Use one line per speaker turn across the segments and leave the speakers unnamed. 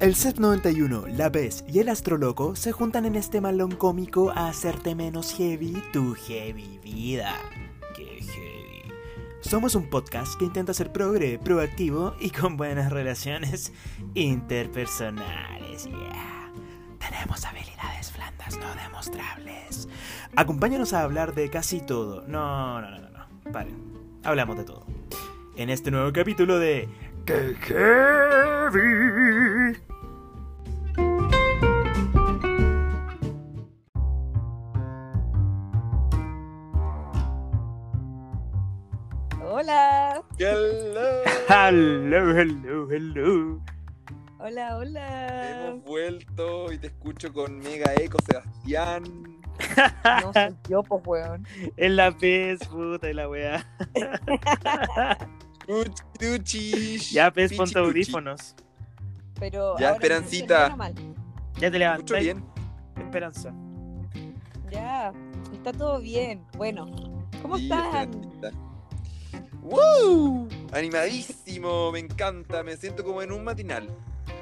El set 91, La Vez y el Astroloco se juntan en este malón cómico a hacerte menos heavy tu heavy vida. ¡Qué heavy! Somos un podcast que intenta ser progre, proactivo y con buenas relaciones interpersonales. Yeah. Tenemos habilidades blandas no demostrables. Acompáñanos a hablar de casi todo. No, no, no, no, no. Paren. Hablamos de todo. En este nuevo capítulo de ¡Qué heavy!
Hola,
Hello.
Hello, hello, hello.
hola, hola.
Hemos vuelto y te escucho con mega eco, Sebastián.
No soy yo, pues, weón.
Es la pez, puta, y la weá.
Tuchi, tuchi.
Ya, pez,
pichi,
ponte
tuchi.
audífonos.
Pero.
Ya,
ahora
Esperancita.
me siento
Ya te
Te Escucho
levanté.
bien.
Esperanza.
normal. Ya, está todo bien. Bueno, ¿cómo
Sí,
están?
Esperancita. ¡Woo! Animadísimo, me encanta. Me siento como en un matinal.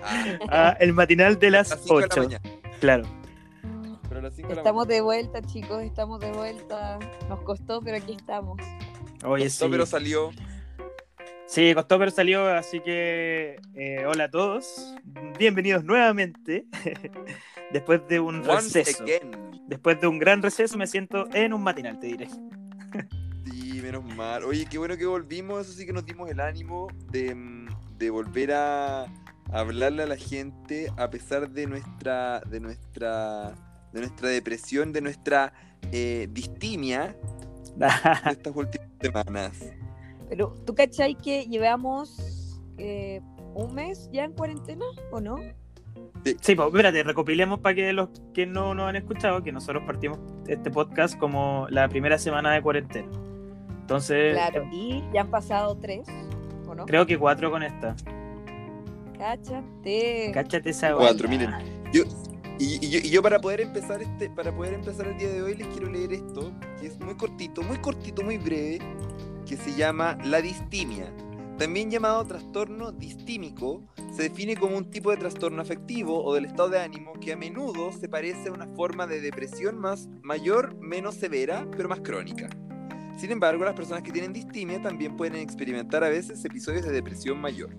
Ah,
Ah, el matinal de
a
las
las 5 de la
8.
mañana.
Claro.
Pero a las 5 de la
Estamos
mañana.
de vuelta, chicos, estamos de vuelta. Nos costó, pero aquí estamos.
Oye,
Costó,
sí.
pero salió.
Sí, costó, pero salió. Así que, eh, hola a todos. Bienvenidos nuevamente. Después de un
Once
receso.
again.
Después de un gran receso, me siento en un matinal, te diré.
Sí, menos mal. Oye, qué bueno que volvimos. Eso sí que nos dimos el ánimo de, mm, de volver a hablarle a la gente a pesar de nuestra, de nuestra, de nuestra depresión, de nuestra eh, distimia de estas últimas semanas.
Pero, ¿tú cachai que llevamos eh, un mes ya en cuarentena o no?
Sí, pues espérate, recopilemos para que los que no nos han escuchado, que nosotros partimos este podcast como la primera semana de cuarentena. Entonces,
Claro, y ya han pasado tres, ¿o no?
creo que cuatro con esta.
Cáchate.
Cáchate esa
Cuatro,
vaina.
Yo, y, y yo, y yo para poder empezar este, para poder empezar el día de hoy les quiero leer esto, que es muy cortito, muy cortito, muy breve, que se llama la distimia. También llamado trastorno distímico, se define como un tipo de trastorno afectivo o del estado de ánimo que a menudo se parece a una forma de depresión más mayor, menos severa, pero más crónica. Sin embargo, las personas que tienen distimia también pueden experimentar a veces episodios de depresión mayor.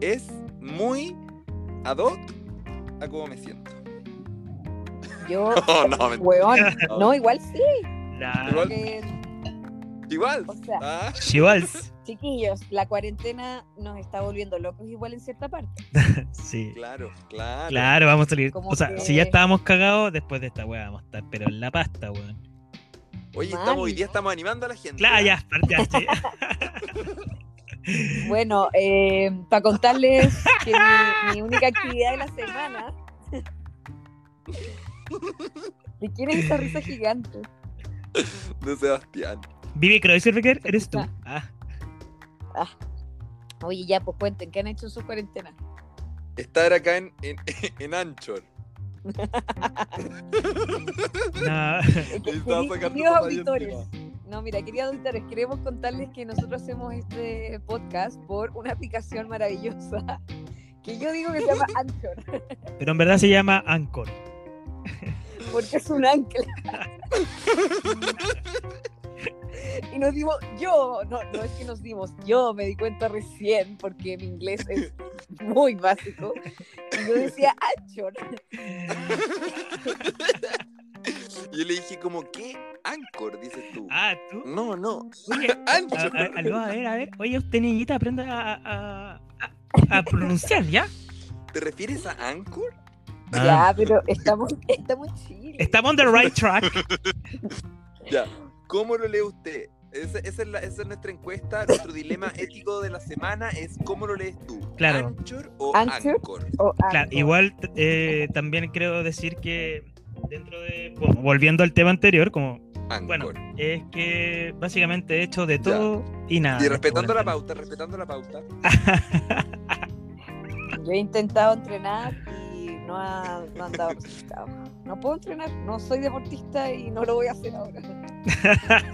Es muy ad hoc a cómo me siento.
Yo,
Oh, no, mentira.
weón. No, igual sí.
Nah.
Igual.
porque,
Igual.
o sea,
Ah,
Chivals.
Chiquillos, la cuarentena nos está volviendo locos igual en cierta parte.
Sí,
claro, claro.
claro, vamos a salir.
Como
O sea,
que-
si ya estábamos cagados, después de esta weá vamos a estar, pero en la pasta, weón.
Oye,
Mal.
estamos, hoy día estamos animando a la gente. ¿eh?
Claro, ya, partía, sí.
Bueno, para contarles que mi, mi única actividad de la semana. ¿De quién es esa risa gigante?
De Sebastián.
Vivi Kreuzerbecker, eres tú.
Puta.
Ah,
Oye, ya, pues cuenten, ¿qué han hecho en su cuarentena?
Estar acá en, en, en Anchor.
Ah, no.
Eh, que-
Estaba
queri- queridos
sacando papaya
auditores,
encima.
no, mira, queridos auditores, queremos contarles que nosotros hacemos este podcast por una aplicación maravillosa que yo digo que se llama Anchor,
Pero en verdad se llama Anchor.
porque es un ancla. Y nos dimos, yo, no, no es que nos dimos, yo me di cuenta recién, porque mi inglés es muy básico, y yo decía "Ah, Anchor.
Yo le dije como, ¿qué? Anchor, dices tú.
Ah, tú.
No, no.
Oye, a,
Anchor.
a- aló, a ver, a ver. Oye, usted niñita, aprenda a, a, a- a pronunciar, ¿ya?
¿Te refieres a Anchor?
Ah,
Ya, pero estamos, estamos en Chile.
estamos on the right track.
Ya. ¿Cómo lo lee usted? Esa, esa es la- esa es nuestra encuesta. Nuestro dilema ético de la semana es ¿cómo lo lees tú?
Claro.
¿Anchor o
Anchor.
Anchor?
O ah,
Claro,
Anchor.
igual eh, también creo decir que dentro de. bueno, volviendo al tema anterior, como
Anchor.
Bueno, es que básicamente he hecho de
Ya.
todo y nada.
y respetando la
ah, Bueno,
pauta, respetando la pauta.
Yo he intentado entrenar y no, ha, no han dado resultados. No puedo entrenar, no soy deportista y no lo voy a hacer ahora.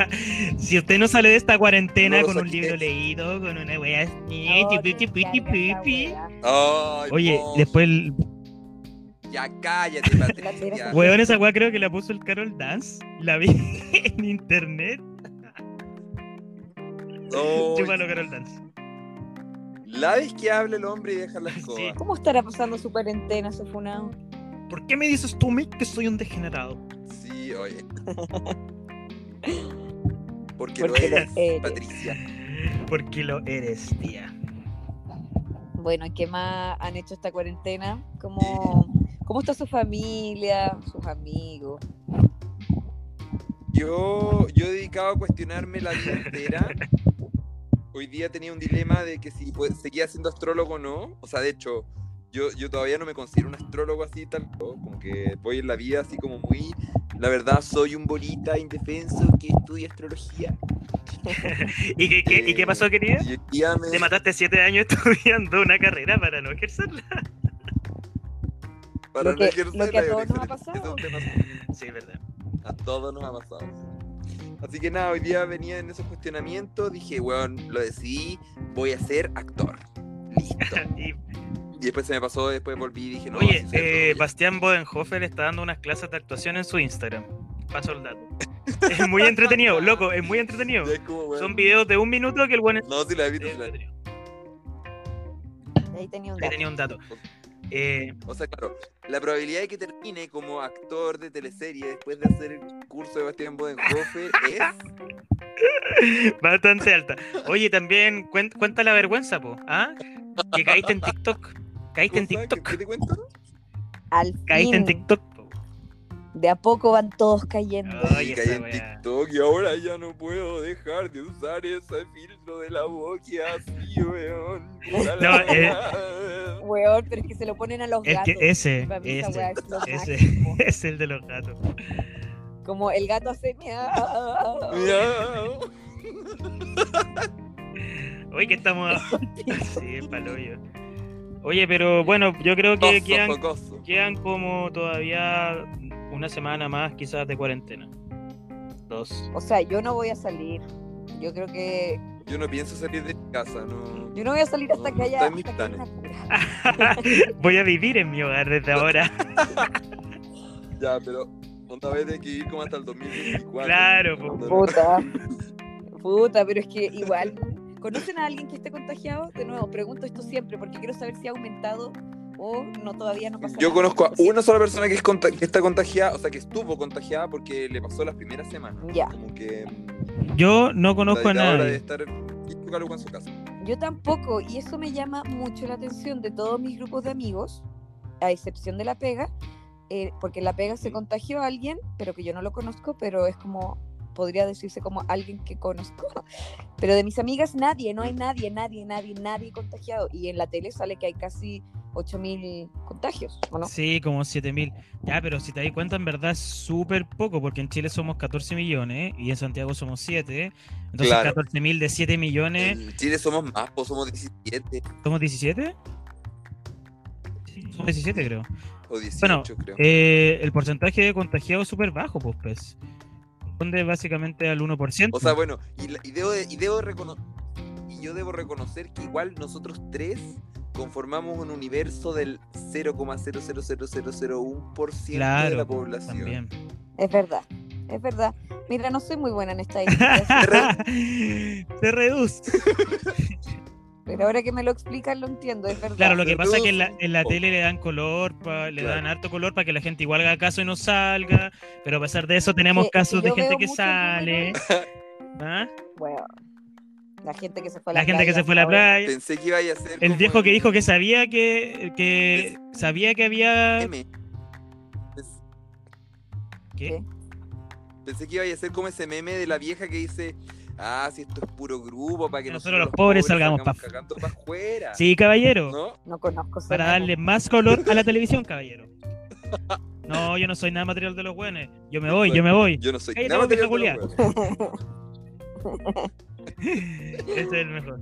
si usted no sale de esta cuarentena
No lo
con un
saqué.
libro leído, con una wea así,
No,
chupi,
te
chupi,
carga
chupi,
esa
chupi.
wea.
Ay,
Oye,
vos,
después el
Ya cállate, Patricia.
Bueno.
weón, esa wea creo que la puso el Carol Dance. La vi en internet.
Ay,
Chúpalo, Carol Dance.
la vez que habla el hombre y deja las cosas.
¿Cómo estará pasando su cuarentena, su funado?
¿Por qué me dices tú, Mick, que soy un degenerado?
Sí, oye.
Porque
Porque,
lo
lo eres,
eres.
Patricia.
Porque lo eres, tía.
Bueno, ¿y ¿qué más han hecho esta cuarentena? ¿Cómo, cómo está su familia, sus amigos?
Yo, yo he dedicado a cuestionarme la vida entera. Hoy día tenía un dilema de que si pues, seguía siendo astrólogo o no. O sea, de hecho, yo, yo todavía no me considero un astrólogo así tal. Como que voy en la vida así como muy... La verdad, soy un bolita indefenso que estudia astrología.
¿Y qué, qué- y qué pasó, querida?
Y hoy día me...
Te mataste siete años estudiando una carrera para no ejercerla.
para
Lo que-
ejercerla,
lo que a
yo
todos nos ha
creo que
pasado.
es un tema
Sí, verdad.
A todos nos ha pasado. Así que nada, hoy día venía en esos cuestionamientos, dije, weón, lo decidí, voy a ser actor. Listo.
Y,
Y después se me pasó, después volví y dije, no,
oye,
sí, soy
eh,
actor.
Bastián Bodenhofer está dando unas clases de actuación en su Instagram. Paso el dato. Es muy entretenido, loco, es muy entretenido.
Ya es como, weón,
Son Eh, videos de un minuto que el buen es
No, si la he visto, si la he visto.
entretenido.
Ahí tenía un
Ahí
dato.
tenía un dato. Eh,
O sea, claro, la probabilidad de que termine como actor de teleserie después de hacer el curso de Bastián Bodenhofer es...
bastante alta. Oye, también cuen- cuenta la vergüenza, po. ¿Ah? Que caíste en TikTok. Caíste en
¿Cosa? ¿Qué- ¿Qué
TikTok.
te cuento?
Al
Caíste en
fin,
TikTok. po.
de a poco van todos cayendo.
Ay,
Y
esa
caí en
weá.
TikTok y ahora ya no puedo dejar de usar ese filtro de la boca así, weón. Puta la
No, eh,
weá.
Weón, pero es que se lo ponen a los
Es que
gatos.
ese,
Para mí esa weá
ese,
es lo
ese
máximo.
es el de los gatos.
Como el gato hace miau.
Miau.
Oye, que estamos. sí, paloyo. Oye, pero bueno, yo creo que
Focoso,
quedan,
focoso.
quedan como todavía una semana más, quizás de cuarentena. Dos.
O sea, yo no voy a salir. Yo creo que
Yo no pienso salir de mi casa, no.
yo no voy a salir hasta
No,
que
no
haya
está Mm, en mis
hasta que haya una cura.
Voy a vivir en mi hogar desde ahora.
Ya, pero onda vez de que ir como hasta el 2024.
Claro,
No, no, no.
Puta. Puta, pero es que igual. ¿Conocen a alguien que esté contagiado? De nuevo, pregunto esto siempre porque quiero saber si ha aumentado o no todavía no pasa
Yo
nada.
conozco a
Sí.
una sola persona que, es conta- que está contagiada, o sea, que estuvo contagiada porque le pasó las primeras semanas.
Ya.
Como que.
Yo no conozco a
Ahora de
nadie.
estar Tócalo en su casa.
Yo tampoco, y eso me llama mucho la atención de todos mis grupos de amigos, a excepción de la pega, eh, porque en la pega se contagió a alguien, pero que yo no lo conozco, pero es como, podría decirse como alguien que conozco. Pero de mis amigas nadie, no hay nadie, nadie, nadie, nadie contagiado. Y en la tele sale que hay casi 8.000 contagios, ¿o no?
Sí, como 7000. Ya, pero si te das cuenta, en verdad es súper poco, porque en Chile somos 14 millones y en Santiago somos 7. Entonces,
Claro.
14.000 de 7 millones,
En Chile somos más, pues somos 17
¿somos 17? Sí, Somos 17, creo.
o 18,
Bueno,
creo.
Eh, el porcentaje de contagiados es súper bajo, pues, pues. Responde básicamente al 1%.
O sea, bueno, y, la- y debo, de- y debo recono- y yo debo reconocer que igual nosotros tres conformamos un universo del 0,00001% de la
Claro,
población.
también.
Es verdad, es verdad. Mira, no soy muy buena en esta idea,
Se reduce.
pero ahora que me lo explican lo entiendo, es verdad.
Claro, lo
Se
que pasa es que en la,
reduce un
en la
poco.
tele le dan color, pa- le
Claro.
dan harto color para que la gente igual haga caso y no salga. Pero a pesar de eso, tenemos
Que- que
casos de
yo
gente
veo
que
muchos
sale. ¿Ah?
Bueno, la gente que se fue a la
La gente que
playa,
se fue a la
por favor.
playa.
Pensé que iba a ser.
El
como
viejo que
el
dijo que sabía que, que sabía que había.
meme. Pens-
¿Qué?
Pensé que iba a ser como ese meme de la vieja que dice: Ah, si esto es puro grupo, para que
Nosotros los pobres salgamos pa-
cagando para afuera.
Sí, caballero.
¿No?
No conozco ese
Para
meme.
darle más color a la televisión, caballero. No, yo no soy nada material de los buenos. Yo me voy, yo me voy.
Yo no soy.
Cállate,
nada más
vieja
te voy a hacer los
Ese es el mejor.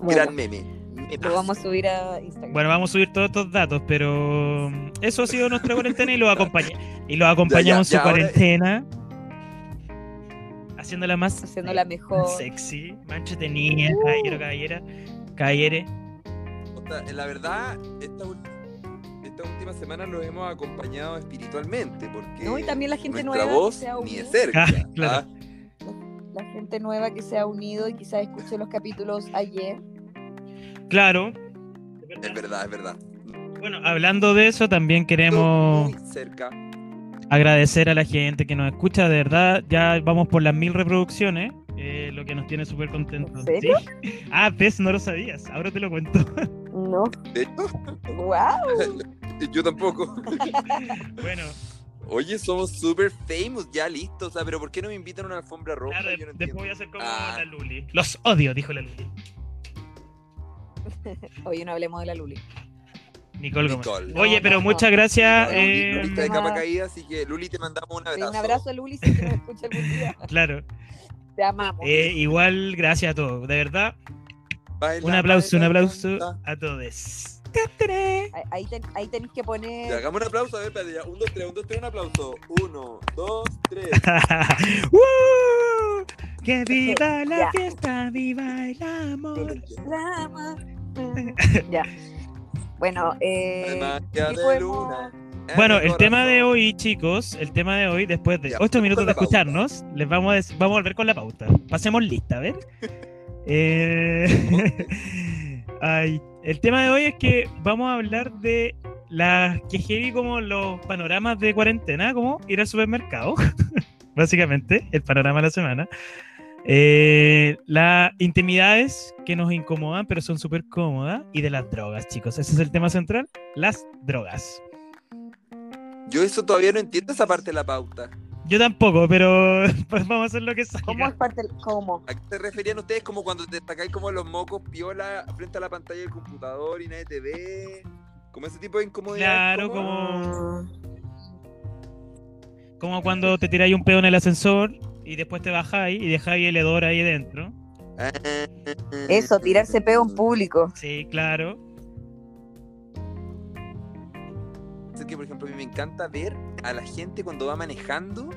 huevos. Gran meme. Memes.
Lo vamos a subir a Instagram.
Bueno, vamos a subir todos estos datos, pero mm, eso ha sido nuestra cuarentena y los acompaña y los
Ya, ya,
acompañamos en
ya,
su
ahora-
cuarentena. haciéndola más
haciéndola mejor.
sexy, más entretenida,
Uh.
caballero, caballera, caballere.
O sea, eh, la verdad, esta, ul- esta última semana los hemos acompañado espiritualmente, porque
No, y también la gente
nuestra
nueva
voz
que se ha
ni de
unido,
cerca.
Ah, claro.
¿ah?
la gente nueva que se ha unido y quizás escuchó los capítulos ayer.
Claro.
Es verdad, es verdad.
Bueno, hablando de eso, también queremos
Muy cerca.
agradecer a la gente que nos escucha, de verdad, ya vamos por las mil reproducciones, eh, lo que nos tiene súper contentos.
¿En serio?
Sí. Ah, Pez, no lo sabías, ahora te lo cuento.
No.
De hecho,
Wow.
yo tampoco.
Bueno,
Oye, somos super famous, ya listo. O sea, pero ¿por qué no me invitan a una alfombra roja?
claro,
Yo no
después
entiendo.
voy a hacer como
Ah.
la Luli. Los odio, dijo la Luli.
Oye, no hablemos de la Luli.
Nicole Gómez.
Nicole.
Oye,
No,
pero
no, no.
muchas gracias.
Claro,
eh,
Luli está de capa
nada.
caída, así que Luli te mandamos un
Sí,
abrazo.
Un abrazo a Luli si es que nos escucha algún día.
claro.
Te amamos.
Eh, igual, gracias a todos. De verdad,
Baila,
un aplauso, un
baila,
aplauso
baila.
a todos.
Ahí- Ahí, ten- ahí tenéis que
Ya,
poner.
hagamos un aplauso, a ver, espérate, ya. Un, dos, tres, un, dos, tres, un aplauso. Uno, dos, tres.
¡Woo! ¡Que viva la
Ya.
fiesta, viva el amor!
Drama. ya. Bueno, eh,
Magia
¿qué
de
podemos-
luna. en
Bueno, el
corazón.
tema de hoy, chicos, el tema de hoy, después de
Ya,
8
vamos
minutos
con
de
la pauta.
escucharnos, les vamos a, des- vamos a volver con la pauta. Pasemos lista, ¿ven? Eh, ay, el tema de hoy es que vamos a hablar de las que heavy como los panoramas de cuarentena, como ir al supermercado, básicamente, el panorama de la semana. Eh, las intimidades que nos incomodan pero son súper cómodas y de las drogas, chicos. Ese es el tema central, las drogas.
Yo eso todavía no entiendo esa parte de la pauta.
Yo tampoco, pero pues vamos a hacer lo que
¿cómo es
salga.
parte? del- ¿Cómo?
¿A qué se referían ustedes? Como cuando te sacáis como los mocos piola frente a la pantalla del computador y nadie te ve. Como ese tipo de incomodidad.
Claro, como, como cuando te tiráis un pedo en el ascensor y después te bajáis y dejáis el hedor ahí dentro.
Ah,
Eso, tirarse peo en público.
Sí, claro.
Es que, por ejemplo, a mí me encanta ver a la gente cuando va manejando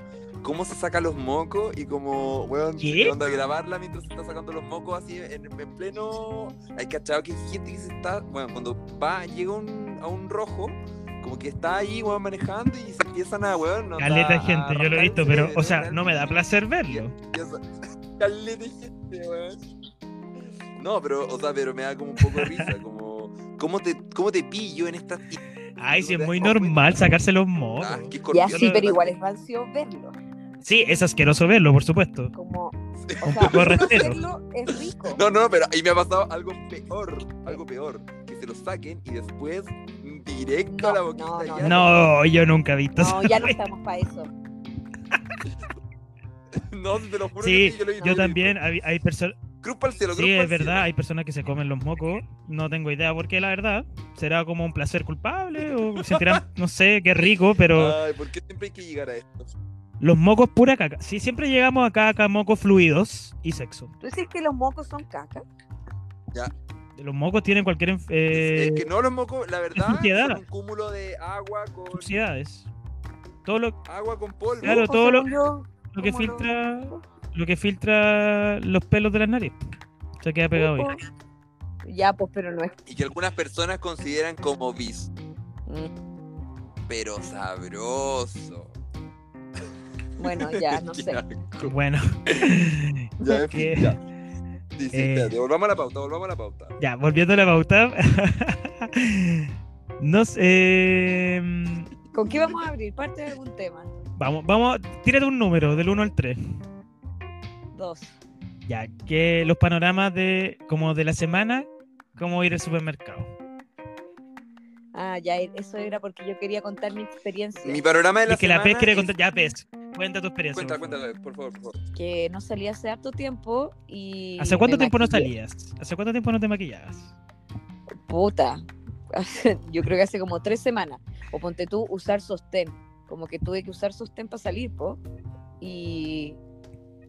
cómo se saca los mocos y como, weón,
¿Qué?
se onda a grabarla mientras se está sacando los mocos así en, en pleno... Hay cachado que hay gente que se está... Bueno, cuando va, llega un- a un rojo, como que está ahí, weón, manejando y se empiezan a, weón... onda,
Caleta de
a
gente, yo lo he
rascar el
visto, pero,
cerebro,
o sea,
weón.
no me da placer verlo.
Empieza- Caleta de gente, weón. No, pero, o sea, pero me da como un poco de risa, como... ¿Cómo te, cómo te pillo en estas...
Ay, sí,
No
es
te
muy
das cuenta.
normal sacarse los mocos.
Ah,
Ya
qué escorpión.
sí, pero igual es rancio verlo.
Sí, es asqueroso verlo, por supuesto.
Como, o
Con
sea,
poco de respeto.
verlo es rico.
No, no, no, pero ahí me ha pasado algo peor, algo peor, que se lo saquen y después mm, directo a la
No,
boquita.
no,
ya.
no,
No, yo nunca he visto
No,
eso.
ya no estamos para eso.
No, te lo juro
Sí,
que yo lo he
Yo
visto.
también, hay, hay personas...
Cruz pa'l cielo, cruz
Sí,
pa'l
es verdad,
cielo.
hay personas que se comen los mocos. No tengo idea por qué, la verdad. ¿Será como un placer culpable? ¿O sentirán, no sé, qué rico, pero
Ay, ¿por qué siempre hay que llegar a esto?
los mocos pura caca. Sí, siempre llegamos acá, acá mocos fluidos y sexo.
¿Tú dices que los mocos son caca?
Los mocos tienen cualquier enf- eh,
es que no los mocos, la verdad,
suciedad.
son un cúmulo de agua con
suciedades. Todo lo,
agua con polvo.
Claro,
Mocos,
todo lo-
según yo,
lo que
¿Cómo no?
filtra lo que filtra los pelos de las nariz. Se queda pegado ahí.
mocos. Ya, pues, pero no es.
Y que algunas personas consideran como bis,
Mm,
pero sabroso.
Bueno, ya, no
Qué
sé.
asco.
Bueno.
Ya, en fin,
Que-
ya. Sí, sí,
Eh.
espérate, volvamos a la pauta, volvamos a la pauta.
Ya, volviendo a la pauta. Nos, eh,
¿Con qué vamos a abrir? Parte de algún tema.
vamos, vamos, tírate un número del 1 al 3.
Dos.
Ya, que los panoramas de como de la semana, cómo ir al supermercado.
Ah, ya, eso era porque yo quería contar mi experiencia.
Mi panorama de la
Y que la PES
semana
quiere
es-
contar, ya PES, cuenta tu experiencia. por
Cuenta,
favor.
cuéntale, por favor, por favor.
Que no salía hace harto tiempo y.
¿Hace cuánto
me
tiempo no
maquillé.
salías? ¿Hace cuánto tiempo no te maquillabas?
Puta. yo creo que hace como tres semanas. O ponte tú usar sostén. Como que tuve que usar sostén para salir, po. Y.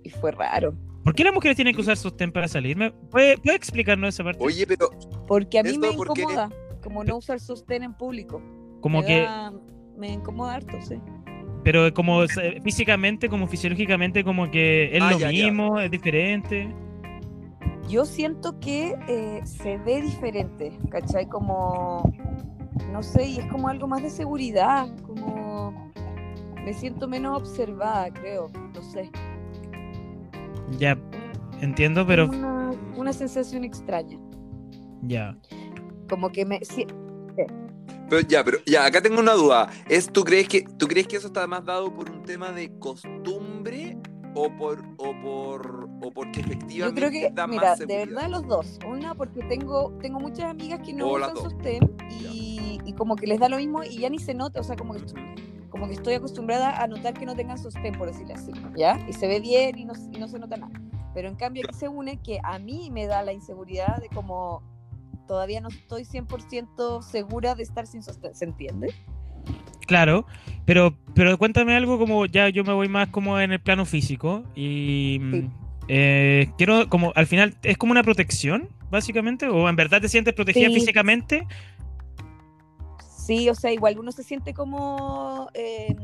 Y fue raro.
¿Por qué las mujeres tienen que usar sostén para salir? ¿Me- ¿Puede, puede explicarnos esa parte?
Oye, pero
Porque a mí
Eso
me
porque-
incomoda. Como no usar sostén en público.
como
me
que
da- me incomoda harto, sí.
Pero como eh, físicamente, como fisiológicamente, como que es
Ah,
lo
ya, ya.
mismo, es diferente.
Yo siento que eh, se ve diferente, ¿cachai? Como, no sé, y es como algo más de seguridad, como me siento menos observada, creo, no sé.
Ya, entiendo, pero
Una, una sensación extraña,
ya.
como que me... sí,
Pero ya, pero ya, acá tengo una duda. ¿Es, tú, crees que, ¿Tú crees que eso está más dado por un tema de costumbre o por o por o porque
yo
efectivamente
creo que,
da
mira,
más
de
seguridad?
verdad los dos. Una porque tengo, tengo muchas amigas que no
O Oh, las
usan
dos.
sostén y, y como que les da lo mismo y ya ni se nota, o sea, como que
Ujú.
como que estoy acostumbrada a notar que no tengan sostén, por decirlo así, ¿ya? Y se ve bien y no, y no se nota nada. Pero en cambio aquí se une que a mí me da la inseguridad de como todavía no estoy 100% segura de estar sin sostén, ¿se entiende?
Claro, pero, pero cuéntame algo como ya yo me voy más como en el plano físico y mm,
Sí.
eh, quiero como al final es como una protección básicamente o en verdad te sientes protegida
Sí.
físicamente.
Sí, o sea, igual uno se siente como eh,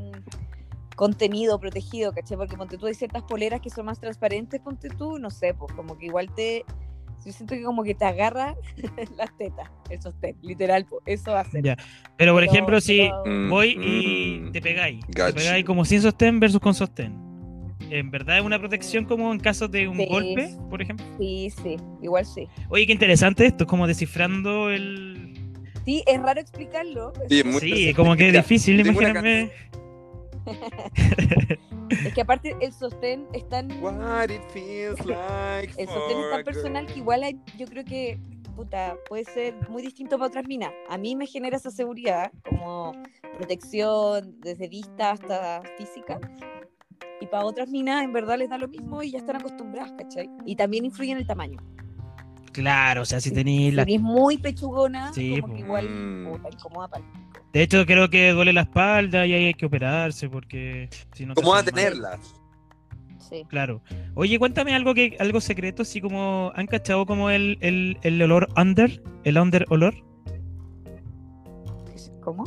contenido, protegido, ¿cachai? Porque ponte tú hay ciertas poleras que son más transparentes, ponte tú, no sé, pues como que igual te... Yo siento que como que te agarra las tetas, el sostén, literal, pues, eso hace.
Ya. Pero por
Pero-
ejemplo si
pero-
Mm,
voy y
mm.
te pegáis, te
Gachi.
pegáis como sin sostén versus con sostén. En verdad es una protección como en caso de un
Sí.
golpe, por ejemplo.
Sí, sí, igual sí.
Oye, qué interesante esto, es como descifrando el...
Sí, es raro explicarlo.
Sí, es muy
Sí,
interesante.
como que es
Mira,
difícil,
tengo una
imagíname.
Es que aparte el sostén es tan, el
What it feels like
sostén es
for a
tan personal
girl.
que igual hay- yo creo que puta, puede ser muy distinto para otras minas. A mí me genera esa seguridad, como protección desde vista hasta física. Y para otras minas en verdad les da lo mismo y ya están acostumbradas, ¿cachai? Y también influye en el tamaño.
Claro, o sea, si tenéis la...
Si eres muy pechugona,
Sí,
como
po.
que igual
Mm.
puta, incomoda pa'l-
De hecho, creo que duele la espalda y ahí hay que operarse porque si no... te
¿Cómo va a
hace mal.
tenerlas?
Sí.
Claro. Oye, cuéntame algo que algo secreto, así como han cachado como el, el, el olor under, el under olor.
¿Cómo?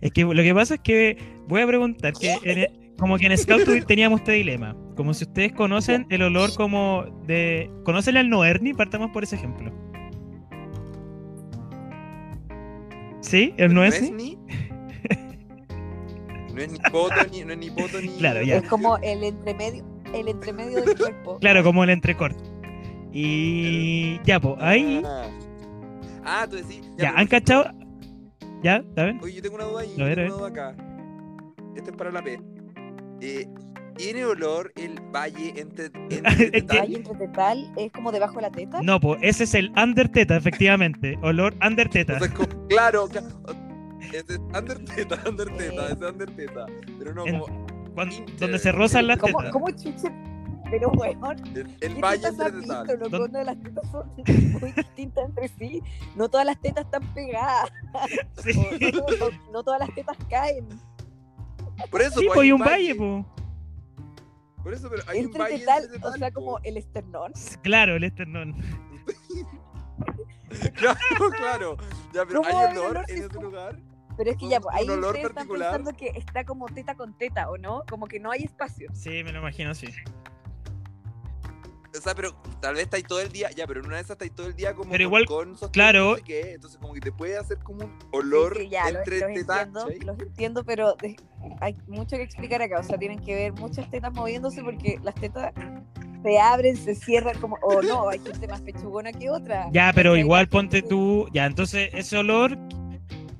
Es que lo que pasa es que voy a preguntar que en- como que en Scout tuvi- teníamos este dilema, como si ustedes conocen el olor como de conocen al Noerni, partamos por ese ejemplo. ¿Sí? ¿El
no
Noerni?
es ni. No es ni poto ni. No es ni poto ni.
Claro, ya.
Es como el entremedio, el entremedio del cuerpo.
Claro, como el entrecorte. Y ya, pues, ahí
Ah. Ah, tú decís.
ya
pero
han
por
cachado ¿Ya? ¿Saben?
Oye, yo tengo una duda ahí,
A
yo
ver,
tengo
a
una duda acá. Este es para la P. Eh, ¿Tiene olor el valle entre, entre
Hay
detalles?
entretetal, es como debajo de la teta.
No, pues ese es el underteta, efectivamente. Olor
O
underteta.
sea, es como- claro, claro. Este es underteta, underteta,
Eh.
es underteta. Pero no,
En-
como
cuando-
Inter-
donde se rozan las
¿Cómo,
tetas.
cómo chucha? Pero weón,
el,
¿qué
el valle
tetas
entre
has visto,
detalles.
loco?
¿Dónde-
Una de las tetas son muy distintas entre sí. No todas las tetas están pegadas.
Sí,
o No, no- no todas las tetas caen.
Por eso,
sí,
pues,
pues y un valle, pues.
Por eso, pero hay un valle entre pues.
Entretetal, o
detalles,
sea,
po.
como el esternón.
Claro, el esternón.
Claro, claro. Ya, pero
¿Cómo va a
hay
haber
olor
olor si
en
es
otro
como-
lugar.
Pero es que ya,
Un-
pues,
un
ahí
olor
ustedes están
particular.
pensando que está como teta con teta, ¿o no? Como que no hay espacio.
Sí, me lo imagino, sí.
O sea, pero tal vez está ahí todo el día. Ya, pero en una de esas está ahí todo el día como
Pero
con-
igual,
con sostén,
claro.
no sé qué, Entonces, como que te puede hacer como un olor
Sí, sí, ya, los-
entre
los,
tetas,
entiendo,
¿cachai?
los entiendo, pero de- hay mucho que explicar acá. O sea, tienen que ver muchas tetas moviéndose porque las tetas se abren, se cierran, como, o no, hay gente más pechugona que otra.
Ya, pero
Hay
igual
gente
ponte
que-
tú. Ya, entonces ese olor.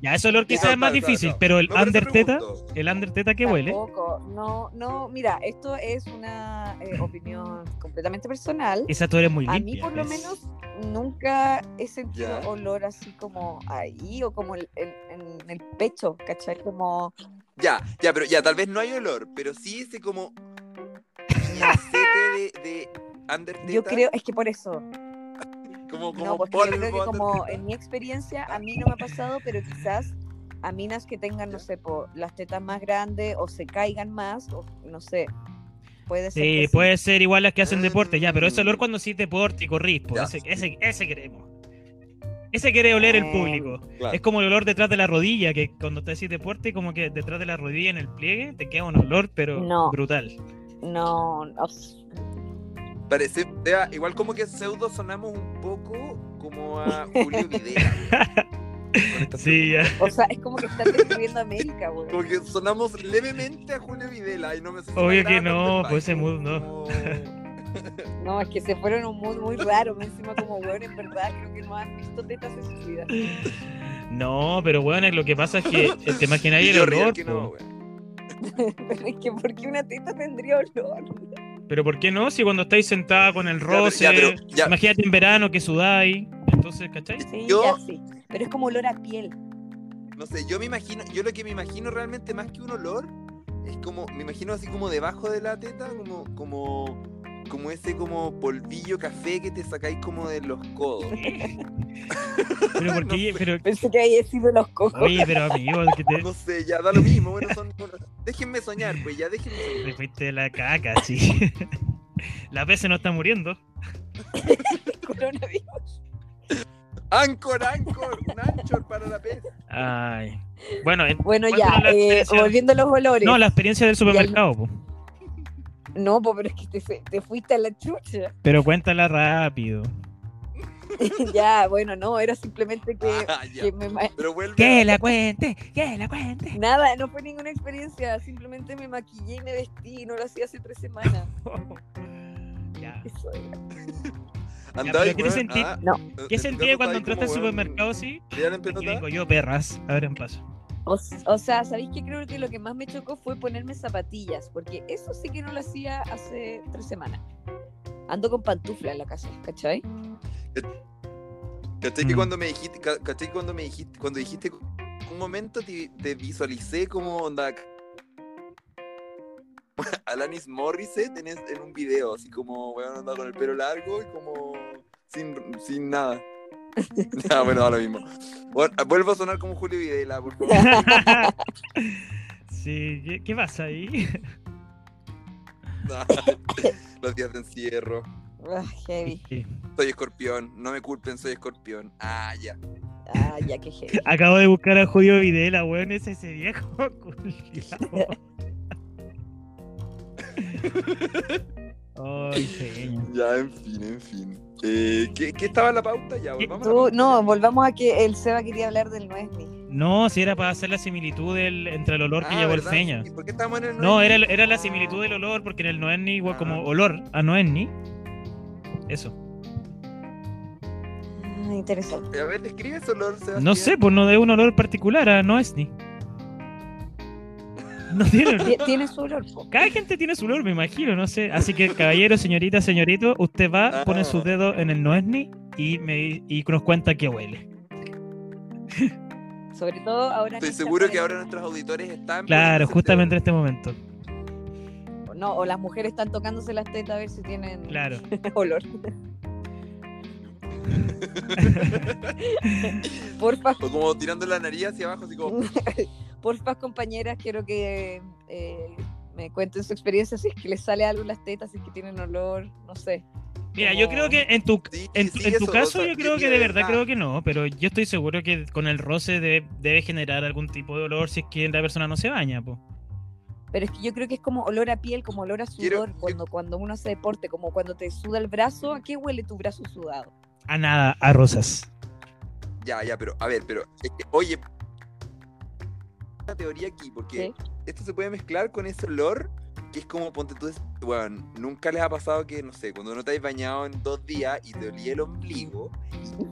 Ya, ese olor quizás
No,
es más
claro, claro,
difícil,
no.
pero el
No, por eso
underteta.
pregunto.
El underteta que huele.
Tampoco, no, no, mira, esto es una eh, opinión completamente personal.
Esa tú eres muy
A
limpia. pues.
mí, por lo
¿ves?
menos, nunca he sentido
Ya.
olor así como ahí o como el- el- en el pecho, ¿cachai? Como.
Ya, ya, pero ya, tal vez no hay olor, pero sí ese como piñacete de, de underteta.
Yo creo, es que por eso,
como, como
No, porque yo
polvo
creo que como
underteta.
en mi experiencia a mí no me ha pasado, pero quizás a minas que tengan, no sé, po, las tetas más grandes o se caigan más, o no sé, puede ser. que
Sí,
sí.
puede ser igual las que hacen deporte, pues, ya, pero ese olor
Mm.
cuando sí deporte y corrís, po,
Eh, Ya.
ese, ese, ese queremos. Ese quiere oler el
Eh,
público.
Claro.
Es como el olor detrás de la rodilla, que cuando te haces deporte, como que detrás de la rodilla en el pliegue, te queda un olor, pero
No.
brutal.
No, no, s-
Parece, o sea, igual como que pseudo sonamos un poco como a Julio Videla. güey, con esta
Sí, ya.
o sea, es como que estás descubriendo América, güey.
Como que sonamos levemente a Julio Videla y no me
Obvio que no, pues ese mood no.
No, es que se fueron a un mood muy raro, me encima como, weón, en verdad, creo que no han visto tetas en su vida.
No, pero bueno, lo que pasa es que eh, te imagináis el olor. po.
Pero es que, ¿por qué una teta tendría olor?
Pero ¿por qué no? Si cuando estáis sentada con el roce,
Ya, pero- ya.
imagínate en verano que sudáis. Entonces, ¿cachai?
Sí,
Yo-
ya sí. Pero es como olor a piel.
No sé, yo me imagino, yo lo que me imagino realmente más que un olor es como, me imagino así como debajo de la teta, como, como, como ese como polvillo café que te sacáis como de los codos.
Pero ¿por
No
qué?
sé.
pero,
Pensé que había sido los cocos.
oye, pero amigo, que te,
No sé, ya da lo mismo, bueno, son, bueno, déjenme soñar, pues ya déjenme soñar.
te fuiste de la caca, sí. La PC no está muriendo.
Ah. Coronavirus.
Anchor, Anchor, un Anchor para la pez.
Ay. Bueno, en-
Bueno,
¿Cuál
ya,
era la
eh,
experiencia?
volviendo a los olores.
no, la experiencia del supermercado, po.
No, po, pero es que te, se- te fuiste a la chucha.
Pero cuéntala rápido.
ya, bueno, no, era simplemente que,
Ah, ya.
que me ma-
Pero vuelve.
Que la cuente, que la cuente.
Nada, no fue ninguna experiencia, simplemente me maquillé y me vestí, no lo hacía hace tres semanas.
Ah, Ya.
Eso era.
Andá,
Ya, pero ¿qué
weón,
sentí-
ah,
¿Qué
eh,
sentías
entonces
cuando
estáis
entraste al
como, weón,
supermercado, sí?
ya le empezó a
Aquí
dar.
vengo yo, perras. A ver, en paso.
O, s- o sea, ¿sabéis qué? Creo que lo que más me chocó fue ponerme zapatillas, porque eso sí que no lo hacía hace tres semanas. Ando con pantufla en la casa, ¿cachai?
¿Cachai que
Mm.
cuando me dijiste, ca- cachai que cuando me dijiste, cuando dijiste un momento te, te visualicé como onda Alanis Morissette en, es- en un video, así como weón onda con el pelo largo y como sin, sin nada. Ya, bueno, da lo mismo. Bueno, ah, vuelvo a sonar como Julio Videla, por favor.
sí, ¿qué, qué pasa ahí?
Los días de encierro.
Ah, heavy.
Sí.
Soy escorpión. No me culpen, soy escorpión. Ah, ya.
Ah, ya, qué heavy.
Acabo de buscar a Julio Videla, weón, es ese viejo culiao. Ay, señor.
Ya, en fin, en fin. Eh, ¿qué, qué estaba en la pauta? Ya, volvamos a la
Tú-
pauta.
no, volvamos a que el Seba quería hablar del nuezni.
No, si era para hacer la similitud del- entre el olor que
Ah,
llevó el
¿verdad?
Feña.
¿Y por qué estamos en el
No,
nueve?
era, era la similitud del olor, porque en el Noenni igual
Ah.
como olor a Noenni. Eso.
Ah, interesante.
A ver, describe ese olor, Sebastián.
No sé, pues no de un olor particular a Noesni. No tiene olor.
Tie- Tiene su olor, po.
Cada gente tiene su olor, me imagino, no sé. Así que, caballero, señorita, señorito, usted va,
Ah.
pone sus dedos en el noesni y, me, y nos cuenta que huele.
Sobre todo ahora. en
Estoy
esta
seguro que ahora
cuarentena.
nuestros auditores están.
Claro,
poniéndose
justamente en este momento.
No, o las mujeres están tocándose las tetas a ver si tienen
Claro.
olor. porfa,
teo. O como tirando la nariz hacia abajo, así como.
porfa, compañeras, quiero que eh, me cuenten su experiencia si es que les sale algo en las tetas, si es que tienen olor, no sé.
Mira, yo creo que en tu,
Sí,
en,
sí,
en tu
eso,
caso,
o sea,
yo creo que
mira,
de verdad
ah,
creo que no, pero yo estoy seguro que con el roce de- debe generar algún tipo de olor si es que la persona no se baña, po.
Pero es que yo creo que es como olor a piel, como olor a sudor,
Quiero- yo-
cuando, cuando uno hace deporte, como cuando te suda el brazo, ¿a qué huele tu brazo sudado?
A nada, a rosas.
Ya, ya, pero a ver, pero. es que, oye. Una teoría aquí,
¿Eh?
porque esto se puede mezclar con ese olor que es como ponte tú. Bueno, nunca les ha pasado que, no sé, cuando no te has bañado en dos días y te olía el ombligo.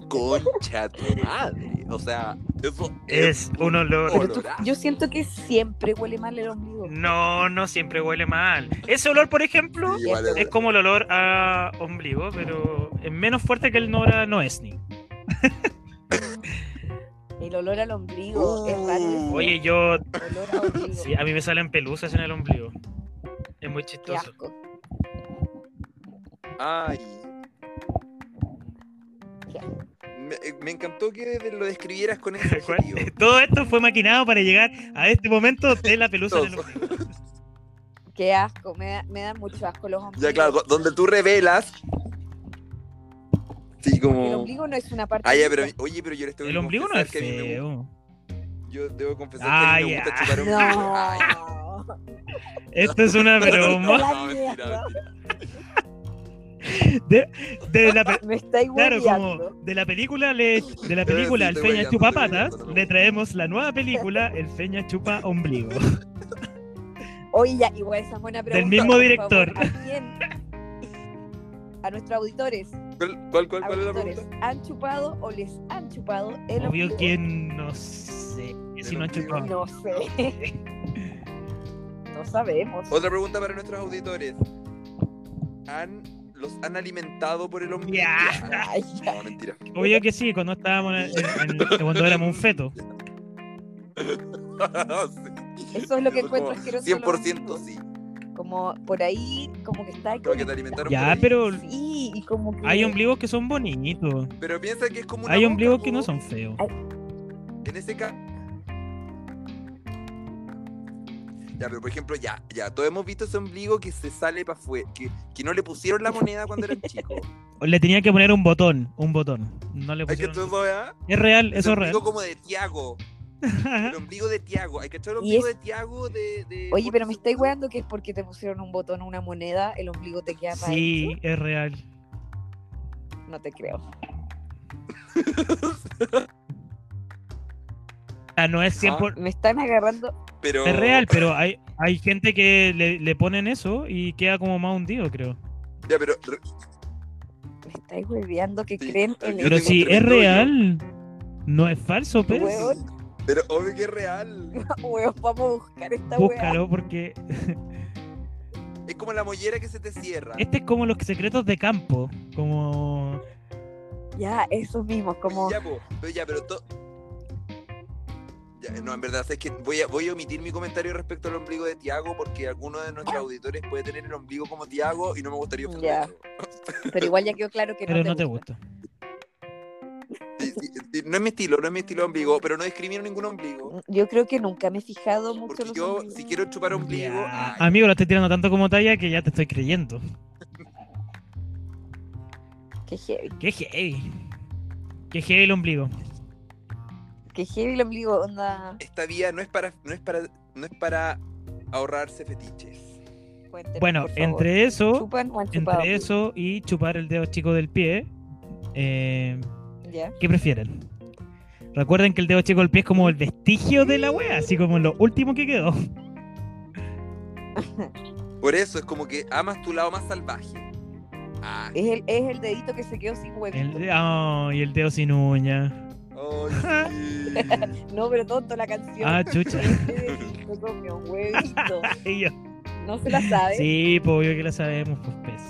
Concha tu madre. O sea, eso
Es un olor.
Pero tú-
olorazo.
yo siento que siempre huele mal el ombligo.
No, no siempre huele mal. Ese olor, por ejemplo,
Sí, vale,
es
vale.
como el olor a ombligo, pero es menos fuerte que el Nora Noesni.
El olor al ombligo es raro.
Mm.
ese
Oye, yo
olor a ombligo.
Sí, a mí me salen pelusas en el ombligo. Es muy
Qué
chistoso.
asco,
Ay.
qué asco.
Me, eh, me encantó que lo describieras con ese
¿Cuál?
adjetivo.
Eh, Todo esto fue maquinado para llegar a este momento de la pelusa en el
Todo.
ombligo.
Qué asco, me, da, me dan mucho asco los ombligos.
Ya, claro, donde tú revelas Sí,
Porque el
como.
ombligo no es una parte.
Ah, ya,
del
pero,
cuerpo.
oye, pero yo les tengo
El
que
ombligo no
confesar
es
que a mí me gusta-
feo.
Yo debo confesar
Ah,
que a mí me
ya.
gusta chupar ombligo. Ay,
No.
Esto es una broma.
No, mentira, mentira.
De la, pe-
Me está
claro,
igualando.
como de la película, le, de la película El
estoy
Feña
guayando,
Chupa
estoy
Patas,
guayando, no me
le
gusta.
traemos la nueva película El Feña Chupa Ombligo.
Oye, ya, igual esa es buena pregunta.
mismo
por
director.
favor, ¿A quién? A nuestros auditores.
¿Cuál, cuál, cuál, cuál es la
auditores,
pregunta?
¿Han chupado o les han chupado el
Obvio
ombligo?
que no sé si no ha chupado.
No
ombligo.
sé. no sabemos.
Otra pregunta para nuestros auditores. ¿Han, ¿Los han alimentado por el ombligo?
Ya.
Ay, ya.
No, mentira.
Obvio que sí, cuando estábamos en- en- cuando éramos un feto.
Eso es lo que
Como
encuentro asqueroso. de los
100%
amigos.
sí.
Como por ahí, como que está.
Como que te alimentaron por
Ya,
ahí.
pero
Sí, y como que.
hay ombligos que son bonitos.
Pero piensa que es como una
Hay
boca,
ombligos que no
po.
son feos.
En este ese caso. Ya, pero por ejemplo, ya, ya, todos hemos visto ese ombligo que se sale para afuera, que, que no le pusieron la moneda cuando eran chicos.
Le tenía que poner un botón, un botón. No le
Hay que
pusieron-
todo, ¿eh?
Es real,
Ese
eso es real.
ombligo como de Tiago, el ombligo de Tiago, hay que echar el
Y
ombligo
es-
de Tiago de, de-
Oye, pero me
porque-
estáis weando que es porque te pusieron un botón o una moneda, el ombligo te queda para
Sí, es real.
No te creo.
O sea, no es
Ah.
100 por-
Me están agarrando.
pero
Es real, pero hay, hay gente que le, le ponen eso y queda como más hundido, creo.
Ya, pero
Me estáis hueveando que
Sí,
creen
yo
en
Pero
tengo
si
un
es
tremendo
real, no es falso,
Pero,
pues.
Huevón.
pero obvio que es real.
Huevos, vamos a buscar esta weá.
Búscalo porque
Es como la mollera que se te cierra.
este es como los secretos de campo, como
Ya, esos mismos, como.
Ya, po, pero ya, pero to- Ya, no, en verdad, es que voy a, voy a omitir mi comentario respecto al ombligo de Tiago porque alguno de nuestros auditores puede tener el ombligo como Tiago y no me gustaría ofenderlo.
Pero igual ya quedó claro que
pero
no te gusta.
gusta.
Sí, sí, sí, no es mi estilo, no es mi estilo de ombligo, pero no discrimino ningún ombligo.
Mm, Yo creo que nunca me he fijado mucho
Porque
en los
yo,
ombligos.
si quiero chupar ombligo,
Ya.
ay,
Amigo, lo estoy tirando tanto como talla que ya te estoy creyendo.
Qué heavy.
Qué heavy. Qué heavy el ombligo.
Este, Qué heavy el ombligo, onda.
esta vía no es para, no es para, no es para ahorrarse fetiches.
Cuéntenos,
Bueno,
por favor.
entre eso,
¿Chupan o han chupado?
entre eso y chupar el dedo chico del pie, eh,
Ya.
¿Qué prefieren? Recuerden que el dedo chico del pie es como el vestigio de la wea, así como lo último que quedó.
Por eso es como que amas tu lado más salvaje. Ah, Ay,
Es el, es el dedito que se quedó sin huevito.
El, oh, y el dedo sin uña.
ay, sí.
No, pero tonto la canción.
Ah, chucha.
Este dedito comió un huevito.
Y yo,
No se la sabe.
Sí, pues obvio que la sabemos, pues pez.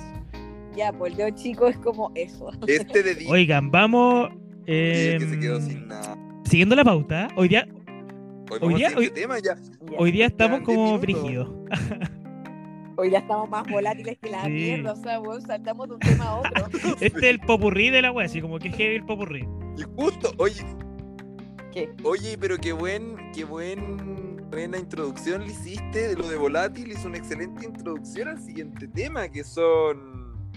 Ya, pues el dedo chico es como eso.
Este dedito
Oigan, vamos.
que
em,
se quedó sin nada.
Siguiendo la pauta, ¿eh? hoy día,
Hoy vamos
día-
a este
hoy-
tema ya.
Ya.
hoy día estamos
Quedan
como
10 minutos.
brígidos.
Hoy ya estamos más volátiles que la
Sí.
mierda. O sea, weón, saltamos de un tema a otro.
Este es el popurrí de la wea, así como que heavy el popurrí.
Y justo, oye.
¿Qué?
Oye, pero qué buen, qué buen, buena introducción le hiciste de lo de volátil. Hizo una excelente introducción al siguiente tema, que son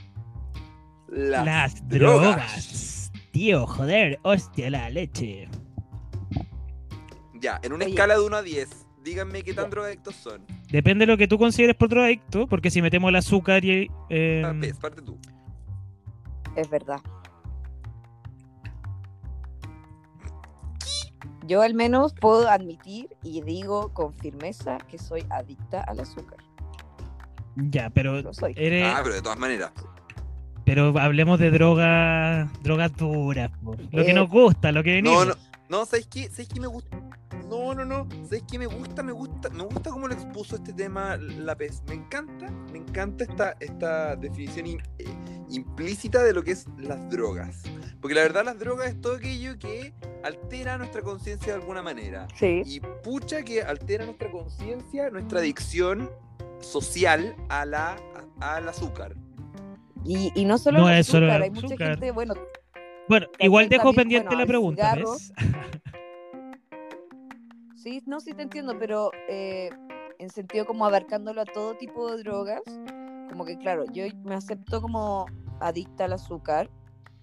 las,
Las
drogas.
drogas. Tío, joder, hostia la leche.
Ya, en una
Oye.
escala de 1 a 10, díganme qué tan
Ya.
drogadictos son.
Depende de lo que tú consideres por drogadicto, porque si metemos el azúcar y. em,
Ah, Pez, parte tú.
Es verdad. Yo al menos puedo admitir y digo con firmeza que soy adicta al azúcar.
ya, pero
Lo soy.
eres.
Ah, pero de todas maneras.
Pero hablemos de drogas, drogas duras, po. lo que
Eh,
nos gusta, lo que
No,
venimos.
no, no, ¿sabes qué? ¿Sabes qué me gusta? No, no, no, ¿sabes qué me gusta? Me gusta, me gusta cómo lo expuso este tema la pez. Me encanta, me encanta esta, esta definición im- eh, implícita de lo que es las drogas. Porque la verdad las drogas es todo aquello que altera nuestra conciencia de alguna manera.
Sí.
Y pucha que altera nuestra conciencia, nuestra adicción social a la, a- al azúcar.
Y, y no solo
No
el
es solo
azúcar,
el
hay mucha
azúcar.
gente, bueno,
Bueno, igual
también-
dejo
también,
pendiente
bueno,
la
el
pregunta,
cigarro.
¿ves?
sí, no, sí te entiendo, pero eh, en sentido como abarcándolo a todo tipo de drogas, como que claro, yo me acepto como adicta al azúcar,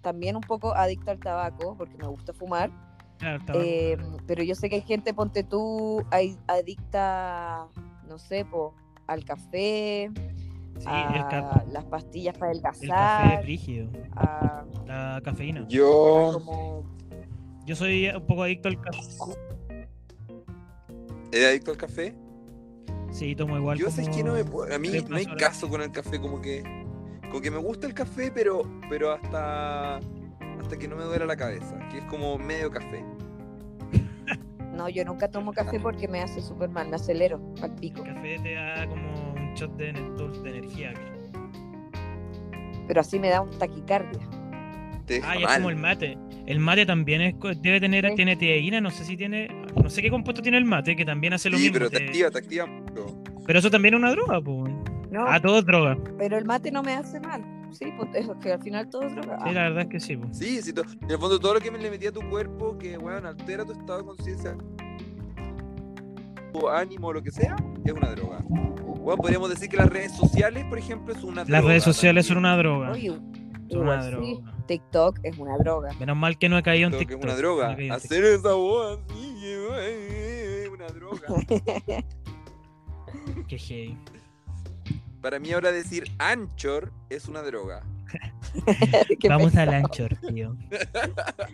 también un poco adicta al tabaco, porque me gusta fumar.
Claro, Ah, está bueno.
Eh, pero yo sé que hay gente, ponte tú, hay- adicta, no sé, po, al café,
Sí, el,
a
ca-
las pastillas para
el café
adelgazar,
es rígido.
a
La cafeína.
Yo.
como...
Yo soy un poco adicto al café.
¿Eres adicto al café?
Sí, tomo igual.
Yo sé
como-
que no me puedo. A mí
tres
no hay
más horas.
caso con el café, como que. Como que me gusta el café, pero. Pero hasta. Hasta que no me duela la cabeza. Que es como medio café.
No, yo nunca tomo café porque me hace súper mal, me acelero, al pico.
El café te da como un shot de, ener- de energía. creo.
Pero así me da un taquicardia.
Te deja
Ah, y es
mal.
como el mate. El mate también es, co- debe tener
Sí.
tiene teína, no sé si tiene, no sé qué compuesto tiene el mate, que también hace lo
Sí,
mismo.
pero te
te-
activa, te activa mucho.
pero eso también es una droga, pues.
No,
Ah, todo es droga.
pero el mate no me hace mal. Sí, pues es que al final todo es droga. Ah,
Sí, la verdad es que sí, po.
Sí, sí, to- en el fondo todo lo que me le metía a tu cuerpo, que weón, altera tu estado de conciencia, o ánimo, lo que sea, es una droga. Weón, podríamos decir que las redes sociales, por ejemplo, es una
Las
droga
redes sociales son
también.
una
Ah,
droga.
oye,
Es una
igual sí,
droga.
TikTok es una droga.
Menos mal que no he caído en
Creo que
TikTok.
es una
no
droga.
he caído en
Hacer esa voz así, eh, eh, una droga.
TikTok. Qué heavy.
Para mí ahora decir Anchor es una droga.
Qué
Vamos
pesado.
al Anchor, tío.
Ah,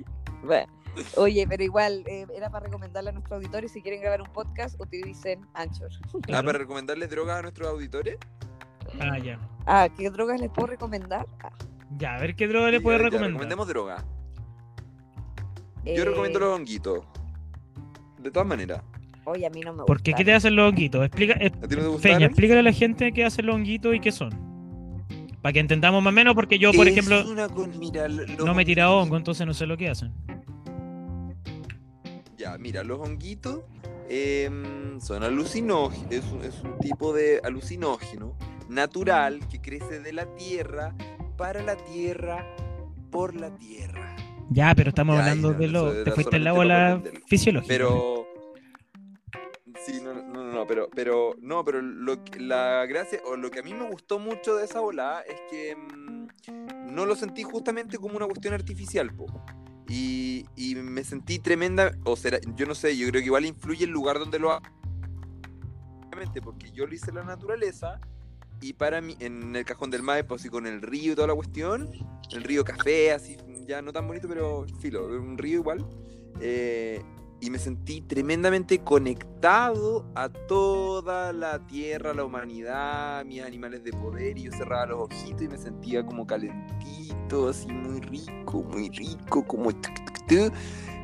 Bueno, Oye, pero igual, eh, era para recomendarle a nuestro auditorio, si quieren grabar un podcast, utilicen Anchor.
Ah,
Claro.
para recomendarles drogas a nuestros auditores.
Ah, ya.
Ah, ¿qué drogas les puedo recomendar? Ah,
Ya, a ver qué droga
Ya,
le puedes
ya,
recomendar.
Recomendemos droga.
eh,
Yo recomiendo los honguitos. De todas maneras.
Oye, a mí no me gusta.
¿Por qué? ¿Qué te hacen los honguitos? Explica, eh,
¿A ti no te gustaron?
Feña, explícale a la gente qué hacen los honguitos y qué son. Para que entendamos más o menos, porque yo, por
Es
ejemplo,
una con- mira, lo- los
no me he tirado hongo,
honguitos-
entonces no sé lo que hacen.
Ya, mira, los honguitos eh, son alucinógenos, es, un- es un tipo de alucinógeno natural que crece de la tierra, para la tierra, por la tierra.
Ya, pero estamos
Ya,
hablando
ahí no,
de
eso
lo.
era
Te fuiste en la
solamente para
bola
entenderlo.
fisiológica.
Pero. Sí, no, no, no, no, pero, pero, no, pero lo, que- la gracia, o lo que a mí me gustó mucho de esa volada es que mm, no lo sentí justamente como una cuestión artificial, po. Y, y me sentí tremenda, o será, yo no sé, yo creo que igual influye el lugar donde lo hago. Obviamente, Porque yo lo hice en la naturaleza y para mí, en el cajón del Maipo, así con el río y toda la cuestión, el río café, así, ya no tan bonito, pero filo, un río igual. Eh, y me sentí tremendamente conectado a toda la tierra, la humanidad, mis animales de poder. Y yo cerraba los ojitos y me sentía como calentito, así muy rico, muy rico, como tuc, tuc, tuc,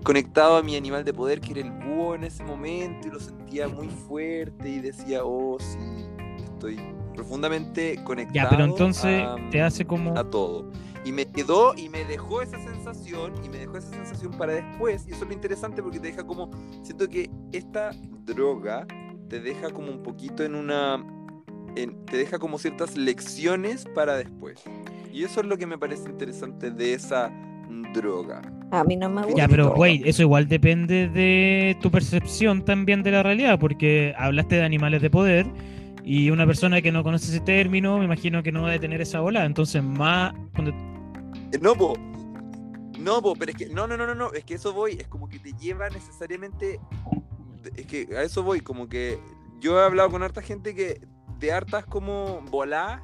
conectado a mi animal de poder, que era el búho en ese momento. Y lo sentía muy fuerte y decía, oh, sí, estoy profundamente conectado.
Ya, pero entonces
a-
te hace como.
a todo. Y me quedó y me dejó esa sensación y me dejó esa sensación para después. Y eso es lo interesante porque te deja como, siento que esta droga te deja como un poquito en una, en- te deja como ciertas lecciones para después. Y eso es lo que me parece interesante de esa droga.
A mí no me gusta.
Ya, pero
Bonito.
güey, eso igual depende de tu percepción también de la realidad, porque hablaste de animales de poder y una persona que no conoce ese término, me imagino que no va a tener esa ola, entonces más cuando-
Eh, No, po. No, po, pero es que no, no, no, no, no, es que eso voy, es como que te lleva necesariamente es que a eso voy, como que yo he hablado con harta gente que de hartas como voladas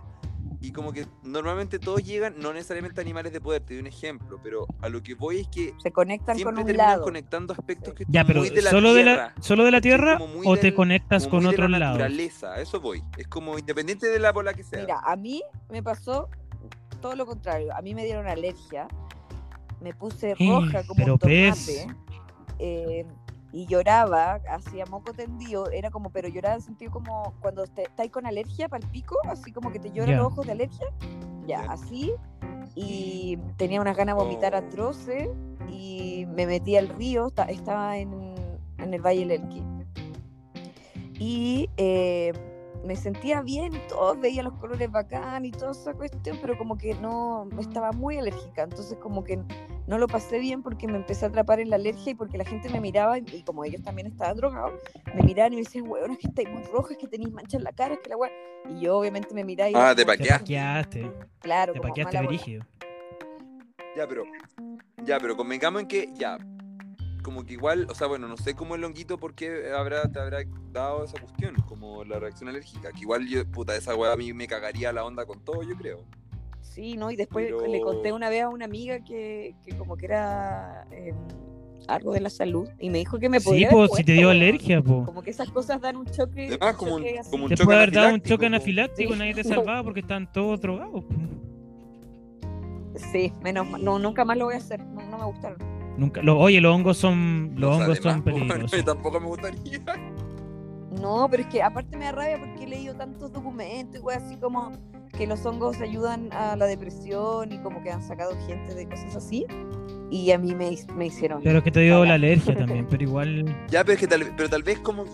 y como que normalmente todos llegan, no necesariamente animales de poder, te doy un ejemplo, pero a lo que voy es que
Se conectan con
siempre
un
terminan
lado.
conectando aspectos que
ya,
son
pero
muy de la
solo de la
tierra,
solo de la
¿cachai?
tierra
Como muy
o te
del-
conectas
como
con
muy de
otro
la
lado.
naturaleza, a eso voy, es como independiente de la bola que sea.
Mira, a mí me pasó todo lo contrario. A mí me dieron alergia. Me puse
Eh,
roja como
pero
un tomate.
ves.
eh, y lloraba, hacía moco tendido. Era como, pero lloraba en sentido como cuando te, estáis con alergia para el pico, así como que te
Ya.
lloran los ojos de alergia. Ya,
Ya.
así. Y tenía unas ganas de vomitar
Oh.
atroces. Y me metí al río. esta- Estaba en, en el Valle del Elqui. Y. eh, me sentía bien y todo, veía los colores bacán y toda esa cuestión, pero como que no, estaba muy alérgica, entonces como que no lo pasé bien porque me empecé a atrapar en la alergia y porque la gente me miraba y, y como ellos también estaban drogados, me miraban y me decían, weón, es que estáis muy roja, es que tenéis manchas en la cara, es que la weá... Y yo obviamente me miraba y...
Ah, te
Te
paqueaste.
paqueaste,
Claro,
te
como
paqueaste
mala bola.
brígido.
Ya, pero. Ya, pero convengamos en que ya. Como que igual, o sea, bueno, no sé cómo el longuito por qué habrá, te habrá dado esa cuestión, como la reacción alérgica. Que igual yo, puta, esa weá a mí me cagaría la onda con todo, yo creo.
Sí, ¿no? Y después
Pero-
le conté una vez a una amiga que, que como que era eh, algo de la salud y me dijo que me
Sí,
podía haber
pues si te dio
puesto,
alergia, pues.
Como que esas cosas dan un choque.
Además, Ah, como un-
choque así.
como un
Te
choque
puede haber dado un
anafiláctico,
choque
po.
anafiláctico y
Sí.
nadie te salvaba porque estaban todos drogados. po.
Sí, menos mal. No, nunca más lo voy a hacer. No, no me gustaron.
Nunca. lo- oye, los hongos son, los
O sea,
hongos son
además, bueno,
peligrosos.
tampoco me gustaría.
No, pero es que aparte me da rabia porque he leído tantos documentos y weas así como que los hongos ayudan a la depresión y como que han sacado gente de cosas así. Y a mí me, his- me hicieron.
Pero es que te dio
Ahora.
la alergia también, pero igual.
Ya, pero es que tal, pero tal vez como...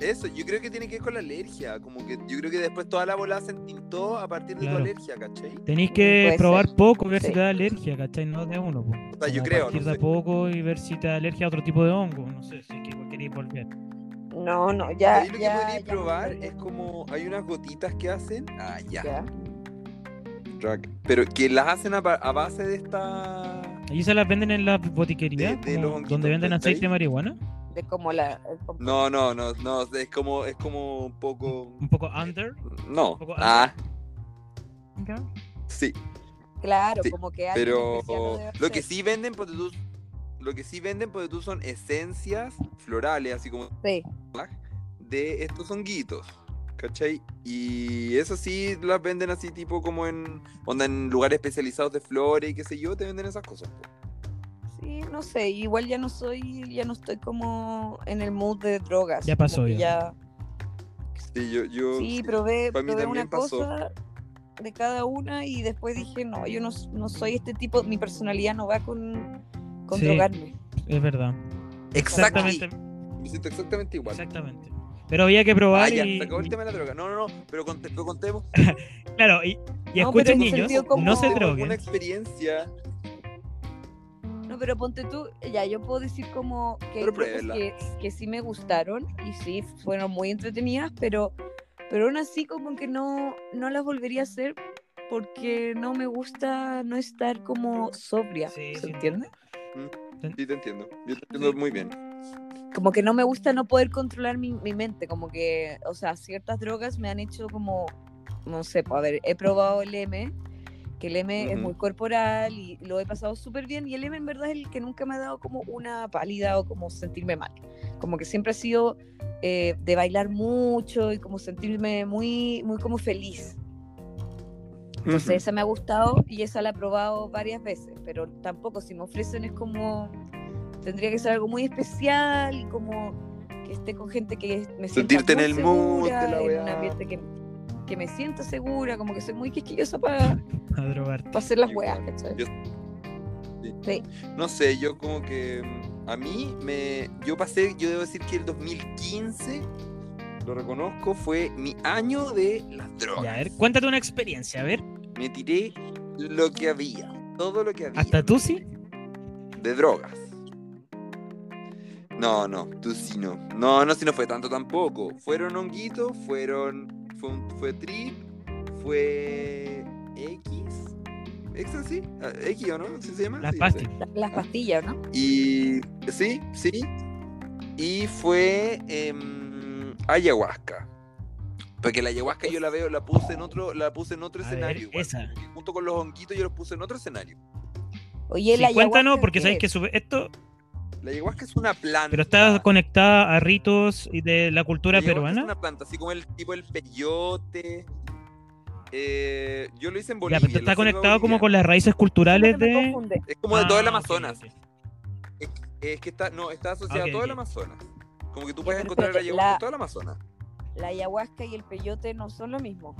Eso, yo creo que tiene que ver con la alergia. Como que yo creo que después toda la bola se entintó a partir de
Claro.
tu alergia, ¿cachai?
Tenéis que
Puede
probar
ser.
poco, ver
Sí.
si te da alergia, ¿cachai? No de uno, po.
O sea, yo
Como
creo,
Partir
no
de
sé.
poco y ver si te da alergia a otro tipo de hongo. No sé, si es que queréis volver.
No, no, ya.
Ahí lo que
ya,
podría
ya,
probar
ya.
es como hay unas gotitas que hacen. Ah, ya.
Ya.
Rack. Pero que las hacen a, pa- a base de esta.
Allí se las venden en las botiquerías,
Eh, De- de
como
los honguitos,
donde venden aceite de
¿cachai?
marihuana.
De como la. el comp-
No, no, no, no. Es como, es como un poco.
Un poco under.
No.
Un poco-
Ah, sí.
Claro,
Sí,
como que hay.
Pero lo que sí venden, ponte tú, Lo que sí venden, ponte tú, son esencias florales, así como
Sí,
de estos honguitos. ¿Cachai? Y eso sí las venden así tipo como en. Onda en lugares especializados de flores y qué sé yo, te venden esas cosas. po.
sí, no sé. Igual ya no soy. Ya no estoy como en el mood de drogas.
Ya pasó
como que
ya.
Sí, yo, yo
Sí, probé,
Pa' Pues, mí
probé
también
una
pasó.
cosa de cada una y después dije, no, yo no, no soy este tipo, mi personalidad no va con, con
Sí.
drogarme.
Es verdad.
Exactamente.
Exactamente.
Me siento exactamente igual.
Exactamente. Pero había que probar
Ah, ya,
y,
se acabó el tema de la droga. No, no, no, pero, conte- pero contemos.
claro, y, y
No, pero
escuchen
en
niños,
sentido como-
no se
como
droguen.
Una experiencia.
No, pero ponte tú, ya yo puedo decir como que, hay
Pero
cosas
pruébela.
que, que sí me gustaron y sí fueron muy entretenidas, pero, pero aún así como que no, no las volvería a hacer porque no me gusta no estar como sobria,
Sí,
¿se
sí.
entiende?
Sí, te entiendo. Yo te entiendo muy bien.
como que no me gusta no poder controlar mi, mi mente, como que, o sea, ciertas drogas me han hecho como, no sé, pues, a ver, he probado el M, que el M es
Ujú.
muy corporal y lo he pasado súper bien, y el M en verdad es el que nunca me ha dado como una pálida o como sentirme mal, como que siempre ha sido eh, de bailar mucho y como sentirme muy, muy como feliz. Entonces esa me ha gustado y esa la he probado varias veces, pero tampoco si me ofrecen es como tendría que ser algo muy especial y como que esté con gente que me sienta
Sentirte en
muy
el mood de
segura,
la
en un
weá.
ambiente que, que me sienta segura, como que soy muy quisquillosa para
A drogarte.
hacer las
Igual,
weas, ¿cachai?
yo-
Sí.
No sé, yo como que. mm, A mí me. Yo pasé, yo debo decir que el 2015, lo reconozco, fue mi año de las drogas.
Ya, a ver, cuéntate una experiencia, a ver.
Me tiré lo que había. Todo lo que había.
Hasta tú sí.
de drogas. No, no, tú sí no. No, no, si no fue tanto tampoco. Fueron honguitos, fueron. Fue, un- fue trip, fue. X. ¿Ecstasy? Ah, ¿X o no? ¿Sí se llama?
Las
Sí, no sé.
pastas.
La- Las pastillas, ¿no?
Y. Sí, sí. Y fue. em, ayahuasca. Porque la ayahuasca yo la veo, la puse en otro, la puse en otro
A
escenario.
ver,
igual.
esa.
Junto con los honguitos yo los puse en otro escenario.
Oye,
Sí,
la
cuéntanos,
ayahuasca,
porque
¿qué
sabéis que
es?
sube esto,
La ayahuasca es una planta.
pero está conectada a ritos y de la cultura
La ayahuasca
peruana.
Es una planta, así como el tipo el peyote. Eh, yo lo hice en
Ya,
Bolivia.
pero
en la
está
selva
conectado como
boliviana.
con las raíces culturales
Siempre me
de.
confunde.
Es como de todo el
Ah, ok,
Amazonas.
ok.
Es que está, no, está asociado
Ok,
a todo el
ok.
Amazonas. Como que tú puedes
pero
encontrar
espérate,
la ayahuasca
la-
en todo el Amazonas.
La ayahuasca y el peyote no son lo mismo.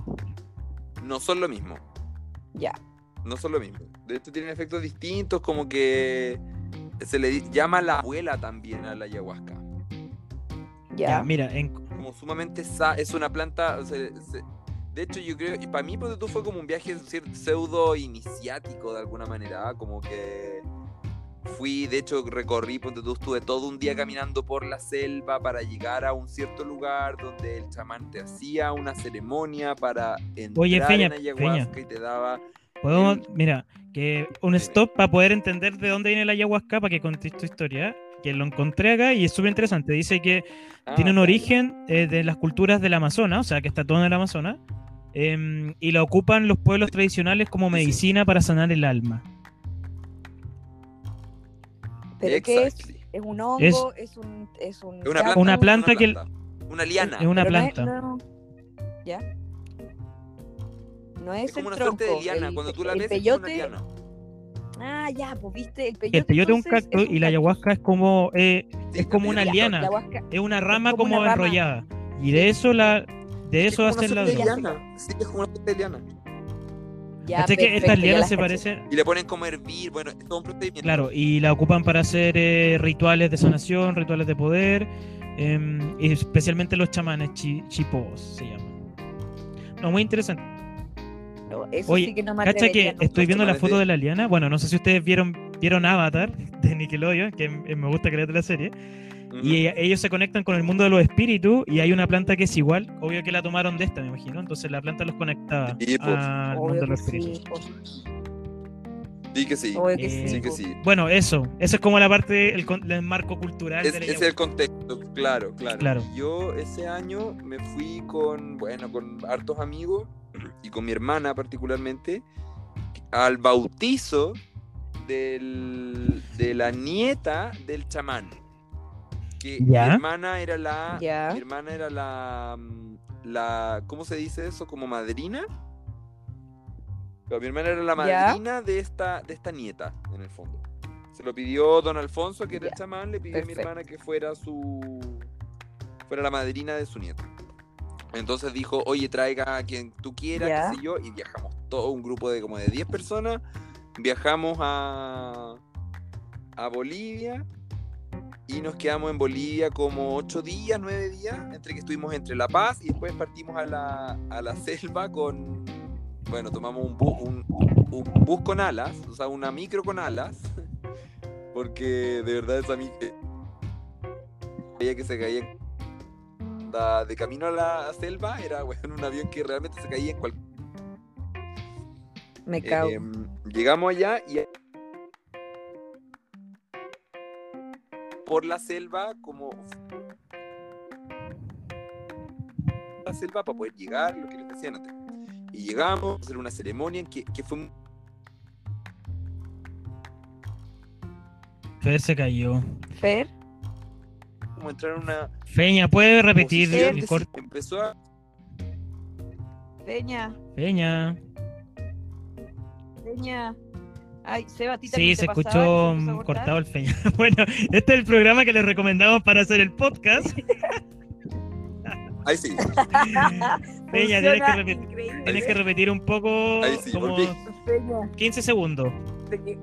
No son lo mismo.
Ya.
No son lo mismo. De hecho, tienen efectos distintos, como que se le di- llama la abuela también a la ayahuasca.
Ya.
Ya, mira, en-
como sumamente sa es una planta o sea, se- de hecho yo creo y para mí pues, tú fue como un viaje pseudo iniciático de alguna manera ¿ah? como que fui de hecho recorrí ponte tú estuve todo un día caminando por la selva para llegar a un cierto lugar donde el chamán te hacía una ceremonia para entrar
Oye, Feña,
en ayahuasca y te daba
Podemos,
Em.
mira, que un stop para poder entender de dónde viene la ayahuasca para que contéis tu historia. Que lo encontré acá y es súper interesante. Dice que
Ah,
tiene un
claro.
origen eh, de las culturas del Amazonas, o sea, que está todo en el Amazonas, em, y la ocupan los pueblos tradicionales como
Sí, sí.
medicina para sanar el alma.
Pero ¿qué es?
Exactly.
Es un hongo, es, un. Es un
Es una planta.
Una planta que el-
Una liana.
Es una
pero no es-
planta.
no- ¿Ya? No es,
Es como
el
una suerte de
tronco,
liana.
el-
Cuando tú la
el
ves,
peyote,
es como una liana.
Ah, ya, pues viste, el peyote.
El peyote es un
entonces,
cactus
es
y la
cactus.
ayahuasca es como, eh,
Sí,
es como
también
una
es
liana.
La ayahuasca.
es una rama
como
como,
una rama.
enrollada. Y de eso la, de
Es
eso
como una
hacen la
suerte de
droga.
droga.
liana. Sí, es como una suerte de liana.
Ya,
¿Cachai que
perfecto,
estas
ya
lianas
las
se
caché.
parecen,
Y le ponen como a hervir. Bueno, es todo un procedimiento.
claro, y la ocupan para hacer eh, rituales de sanación, rituales de poder, em, y especialmente los chamanes chi- chipos se llaman. No, muy interesante.
No, eso
Oye,
sí que no me
Cacha
atrevería
que
nunca.
estoy viendo la
Chamanes
foto
de-
de la liana. Bueno, no sé si ustedes vieron vieron Avatar de Nickelodeon, que eh, me gusta creer de la serie.
Ujú.
Y eh, ellos se conectan con el mundo de los espíritus y hay una planta que es igual. Obvio que la tomaron de esta, me imagino. Entonces la planta los conectaba
Sí, pues.
al mundo
Obvio
de
que
los espíritus.
sí, po,
Sí que sí.
obvio que
Eh,
sí.
Sí que
po.
sí.
Bueno, eso. Eso es como la parte, el, con- el marco cultural
Es,
de la
ese es el contexto, claro, claro,
Claro.
Yo ese año me fui con, bueno, con hartos amigos y con mi hermana particularmente al bautizo del- de la nieta del chamán. Que
Ya.
mi hermana era la,
Ya.
mi hermana era la, mm, la, ¿cómo se dice eso? Como madrina. Pero mi hermana era la
Ya.
madrina de esta, de esta nieta, en el fondo. Se lo pidió don Alfonso, que era el
Ya,
chamán, le pidió a mi
perfecto.
hermana que fuera su. fuera la madrina de su nieta. Entonces dijo, oye, traiga a quien tú quieras,
Ya.
qué sé yo, y viajamos todo un grupo de como de 10 personas. Viajamos a, a Bolivia y nos quedamos en Bolivia como 8 días, 9 días, entre que estuvimos entre La Paz y después partimos a la, a la selva con, bueno, tomamos un, bu- un, un bus con alas, o sea, una micro con alas, porque de verdad esa micro veía que se caía da- de camino a la selva, era bueno, un avión que realmente se caía en cualquier
Me cago.
eh, llegamos allá y por la selva como la selva para poder llegar lo que les decían antes y llegamos a hacer una ceremonia en que, que fue un-
Fer se cayó.
Fer,
como entrar en una
Feña, ¿puede repetir
posición
el
de-
corte?
empezó a
Peña,
Feña.
Peña. Ay, Seba, a ti
Sí,
también
se
te pasaba
escuchó
que se empezó a
mm,
cortar?
cortado el Feña. Bueno, este es el programa que les recomendamos para hacer el podcast.
ahí sí
Peña,
Funciona
tienes que repetir.
increíble.
Tienes que repetir un poco,
Ahí sí,
como
volví.
Peña,
15 segundos.
de que-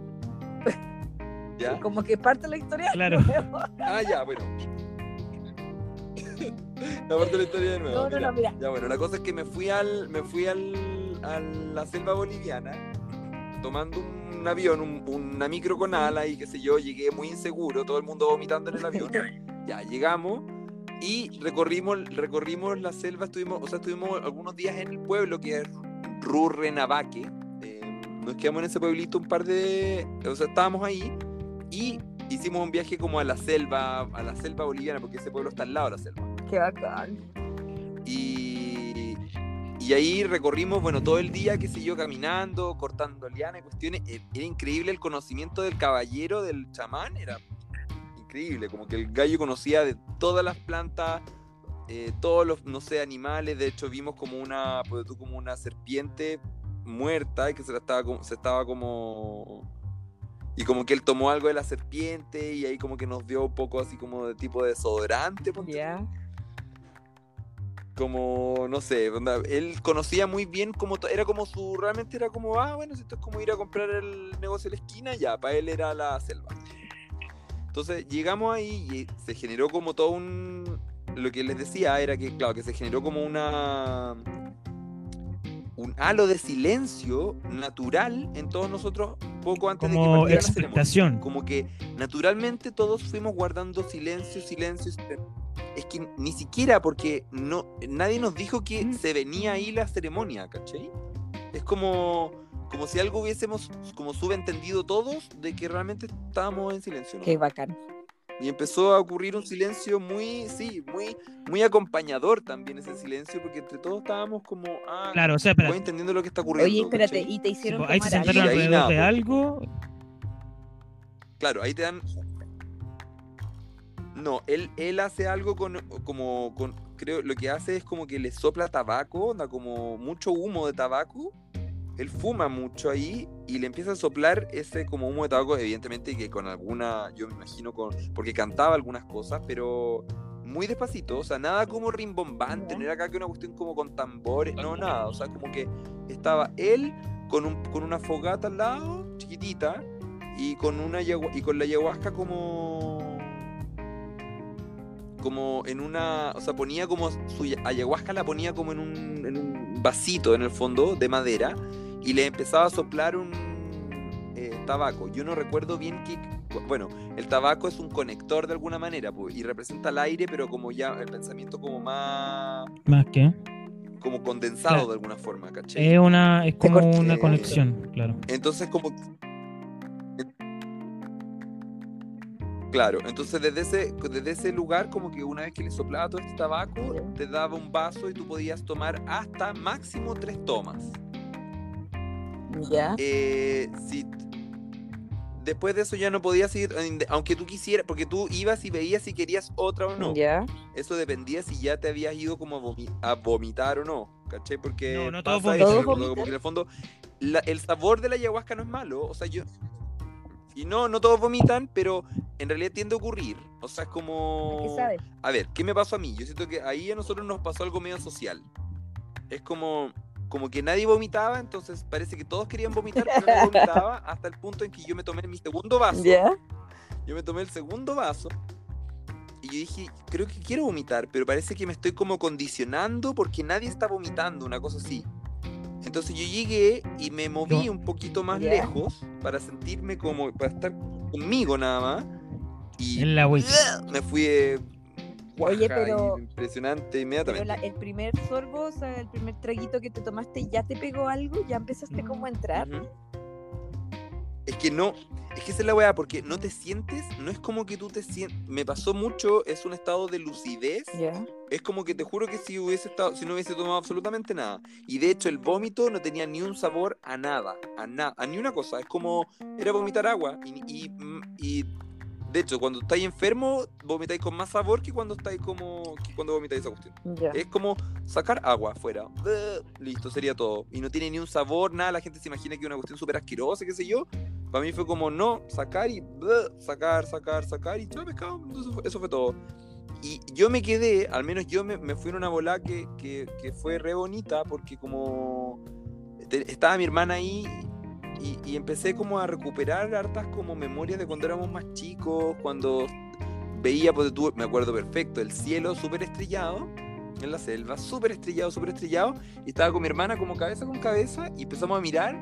ya
como que parte la historia.
Claro.
de nuevo.
ah ya bueno la parte de la historia de nuevo
No, no,
mira.
no, mira.
Ya bueno, la cosa es que me fui al. me fui al. a la selva boliviana tomando un avión, un- una micro con ala y qué sé yo, llegué muy inseguro, todo el mundo vomitando en el avión. Ya llegamos y recorrimos, recorrimos la selva, estuvimos, o sea, estuvimos algunos días en el pueblo que es Rurrenabaque. Eh, nos quedamos en ese pueblito un par de. O sea, estábamos ahí y hicimos un viaje como a la selva, a la selva boliviana, porque ese pueblo está al lado de la selva.
Qué bacán.
Y, y ahí recorrimos, bueno, todo el día, qué sé yo, caminando, cortando lianas y cuestiones. E- Era increíble el conocimiento del caballero, del chamán, era increíble. Como que el gallo conocía de todas las plantas, eh, todos los, no sé, animales. De hecho, vimos como una, pues, tú, como una serpiente muerta y que se, la estaba, como- se estaba como... Y como que él tomó algo de la serpiente y ahí como que nos dio un poco así como de tipo de desodorante. ponte tú
Ya.
como no sé onda, él conocía muy bien como era como su realmente era como ah bueno si esto es como ir a comprar el negocio de la esquina ya para él era la selva entonces llegamos ahí y se generó como todo un lo que les decía era que claro que se generó como una un halo de silencio natural en todos nosotros poco antes de que
Como
partiera la ceremonia
expectación.
como que naturalmente todos fuimos guardando silencio, silencio, silencio. Es que ni siquiera porque no, nadie nos dijo que
Mm.
se venía ahí la ceremonia, ¿cachai? Es como, como si algo hubiésemos como subentendido todos de que realmente estábamos en silencio. ¿no?
Qué bacán.
Y empezó a ocurrir un silencio muy, sí, muy, muy acompañador también ese silencio, porque entre todos estábamos como, ah,
Claro, o sea,
voy
espérate.
entendiendo lo que está ocurriendo.
Oye, espérate,
¿cachai?
y te hicieron
Hay que
tomar
sentarnos
algo.
algo. ahí
alrededor de
nada, pues.
algo.
Claro, ahí te dan. No, él, él hace algo con, como, con, creo, lo que hace es como que le sopla tabaco, onda, como mucho humo de tabaco. Él fuma mucho ahí y le empieza a soplar ese como humo de tabaco, evidentemente que con alguna, yo me imagino con, porque cantaba algunas cosas, pero muy despacito, o sea, nada como rimbombante, no era acá que una cuestión como con tambores, no, nada, o sea, como que estaba él con, un- con una fogata al lado, chiquitita, y con una yagua- y con la ayahuasca como como en una o sea ponía como su ya- ayahuasca la ponía como en un, en un vasito en el fondo de madera y le empezaba a soplar un eh, tabaco yo no recuerdo bien qué bueno el tabaco es un conector de alguna manera pues, y representa el aire pero como ya el pensamiento como más
Más que.
como condensado
Claro.
de alguna forma ¿cachai?
Es una, es como
corté.
una conexión, claro.
Entonces, como. Claro, entonces desde ese, desde ese lugar, como que una vez que le soplaba todo este tabaco,
Ya.
te daba un vaso y tú podías tomar hasta máximo tres tomas.
Ya.
Eh, si después de eso ya no podías ir, aunque tú quisieras, porque tú ibas y veías si querías otra o no.
Ya.
Eso dependía si ya te habías ido como a, vomi- a vomitar o no, ¿cachai? Porque
No, no todos
pasa
vomitan.
eso,
¿Todos
como-
vomitan?
porque en el fondo la- el sabor de la ayahuasca no es malo, o sea, yo y no, no todos vomitan, pero en realidad tiende a ocurrir, o sea, es como
¿Qué sabes?
a ver, ¿qué me pasó a mí? Yo siento que ahí a nosotros nos pasó algo medio social. Es como, como que nadie vomitaba, entonces parece que todos querían vomitar, pero nadie vomitaba hasta el punto en que yo me tomé mi segundo vaso.
Ya.
Yo me tomé el segundo vaso y yo dije, creo que quiero vomitar, pero parece que me estoy como condicionando porque nadie está vomitando, una cosa así. Entonces yo llegué y me moví
Yo-
un poquito más
Ya.
lejos para sentirme como, para estar conmigo nada más. Y ¡ah!
En la Wii.
me fui de guaja
Oye, pero-
y impresionante
Pero
inmediatamente.
la- el primer sorbo, o sea, el primer traguito que te tomaste, ¿ya te pegó algo? ¿Ya empezaste como a entrar?
Ujú. Es que no, es que esa es la weá, porque no te sientes, no es como que tú te sientes, me pasó mucho, es un estado de lucidez,
Ya.
es como que te juro que si hubiese estado, si no hubiese tomado absolutamente nada, y de hecho el vómito no tenía ni un sabor a nada, a nada, a ni una cosa, es como, era vomitar agua, y, y, mm, y, de hecho cuando estáis enfermo, vomitáis con más sabor que cuando estáis como, que cuando vomitáis esa cuestión.
Ya.
Es como sacar agua afuera. Bleh, Listo, sería todo. Y no tiene ni un sabor, nada. La gente se imagina que es una cuestión súper asquerosa, qué sé yo. Para mí fue como, no, sacar y bleh, sacar, sacar, sacar y chao, pescado. Entonces fue- eso fue todo. Y yo me quedé, al menos yo me, me fui en una bola que, que, que fue re bonita porque como te- estaba mi hermana ahí y, y empecé como a recuperar hartas como memorias de cuando éramos más chicos, cuando veía, pues tú, me acuerdo perfecto, el cielo súper estrellado en la selva, súper estrellado, súper estrellado, y estaba con mi hermana como cabeza con cabeza y empezamos a mirar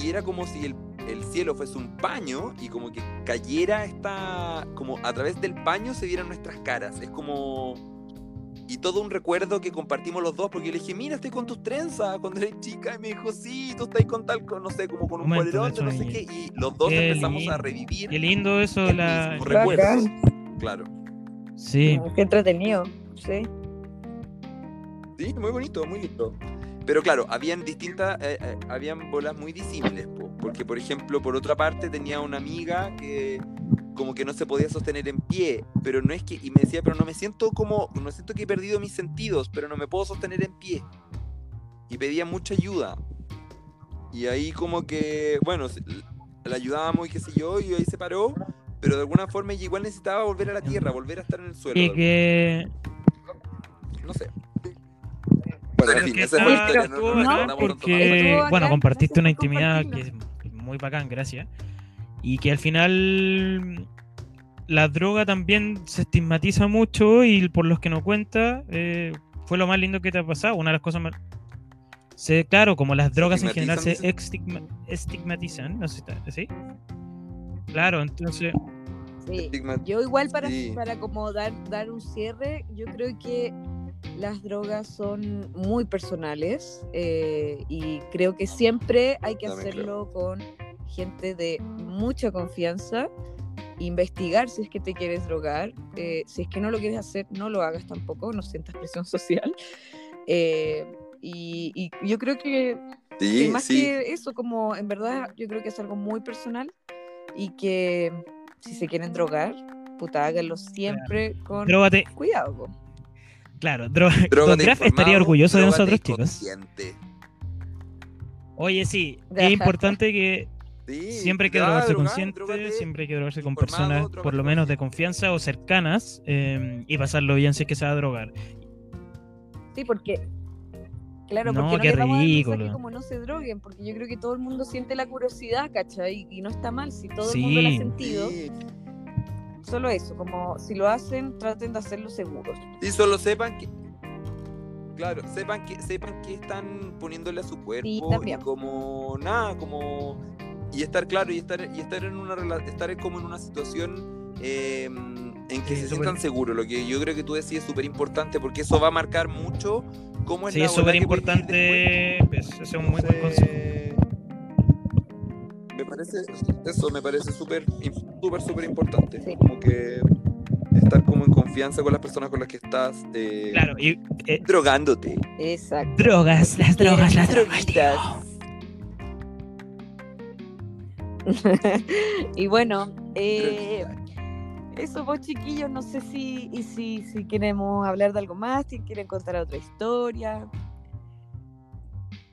y era como si el, el cielo fuese un paño y como que cayera esta, como a través del paño se vieran nuestras caras, es como... Y todo un recuerdo que compartimos los dos, porque yo le dije, mira, estoy con tus trenzas cuando eres chica. Y me dijo, sí, tú estás con tal, con, no sé, como con un
Momento de
polerón, de no sé qué.
sueño.
Y los dos
Qué
empezamos a
lindo.
revivir
Qué lindo eso,
el
la.
mismo
Bacán.
recuerdo. Claro.
Sí.
Qué entretenido. Sí.
Sí, muy bonito, muy lindo. Pero claro, habían distintas, eh, eh, habían bolas muy disímiles, po, porque por ejemplo, por otra parte tenía una amiga que como que no se podía sostener en pie, pero no es que, y me decía, pero no me siento como, no siento que he perdido mis sentidos, pero no me puedo sostener en pie. Y pedía mucha ayuda. Y ahí como que, bueno, se- la ayudábamos y qué sé yo, y ahí se paró, pero de alguna forma ella igual necesitaba volver a la tierra, volver a estar en el suelo.
Y que.
No sé. Bueno, en
Pero
fin,
que
esa fue la
está-
historia, no-
estuvo
no- no
bacán
andamos tanto rato.
porque,
Estuvo bacán,
bueno, compartiste
gracias
una
por
intimidad que es muy bacán, gracias. Y que al final la droga también se estigmatiza mucho y por los que no cuenta, eh, fue lo más lindo que te ha pasado. Una de las cosas más... Se, claro, como las drogas en general se estigma- estigmatizan, no sé, ¿sí? Claro, entonces...
Sí.
Estigma-
Yo igual para,
Sí.
para como dar, dar un cierre, yo creo que las drogas son muy personales eh, y creo que siempre hay que
También
hacerlo con gente de mucha confianza, investigar si es que te quieres drogar, eh, si es que no lo quieres hacer, no lo hagas tampoco, no sientas presión social. Eh, y, y yo creo que, que
Sí,
más
sí.
que eso, como en verdad yo creo que es algo muy personal y que si se quieren drogar, puta, háganlo siempre con
Drógate,
cuidado. po.
claro, dro- Don
Drógate
Graf estaría
informado,
orgulloso de
drógate
nosotros, chicos.
consciente.
Oye, sí,
Ajá.
es importante que
Sí,
siempre hay que
ya,
drogarse
drogar,
consciente,
drógate.
siempre hay que drogarse con
informado,
personas
drogarse
por lo menos de
consciente.
confianza o cercanas eh, y pasarlo bien si es que se va a drogar.
Sí, porque. Claro,
No,
porque no
qué
le vamos a dar mensaje
ridículo.
como no se droguen, porque yo creo que todo el mundo siente la curiosidad, ¿cachai? Y no está mal, si todo
Sí.
el mundo la ha sentido,
Sí.
solo eso, como si lo hacen, traten de hacerlo seguros.
Y solo sepan que. Claro, sepan que sepan que están poniéndole a su cuerpo
Sí,
y
también.
como nada, como y estar claro y estar y estar en una rela- estar en como en una situación eh, en que
Sí, súper.
se sientan seguros, lo que yo creo que tú decís es súper importante porque eso va a marcar mucho cómo es
Sí, es
Pues la volada
súper
que puede venir
importante. pues, ese es un muy buen
Entonces,
consejo.
Me parece, eso me parece súper, im- súper, súper importante.
Sí.
Como que estar como en confianza con las personas con las que estás eh,
Claro, y eh,
drogándote.
Exacto.
drogas, las drogas, las drogas.
Droguitas.
y bueno, eh,
Droguitas.
eso vos chiquillos, no sé si, y si, si queremos hablar de algo más, si quieren contar otra historia.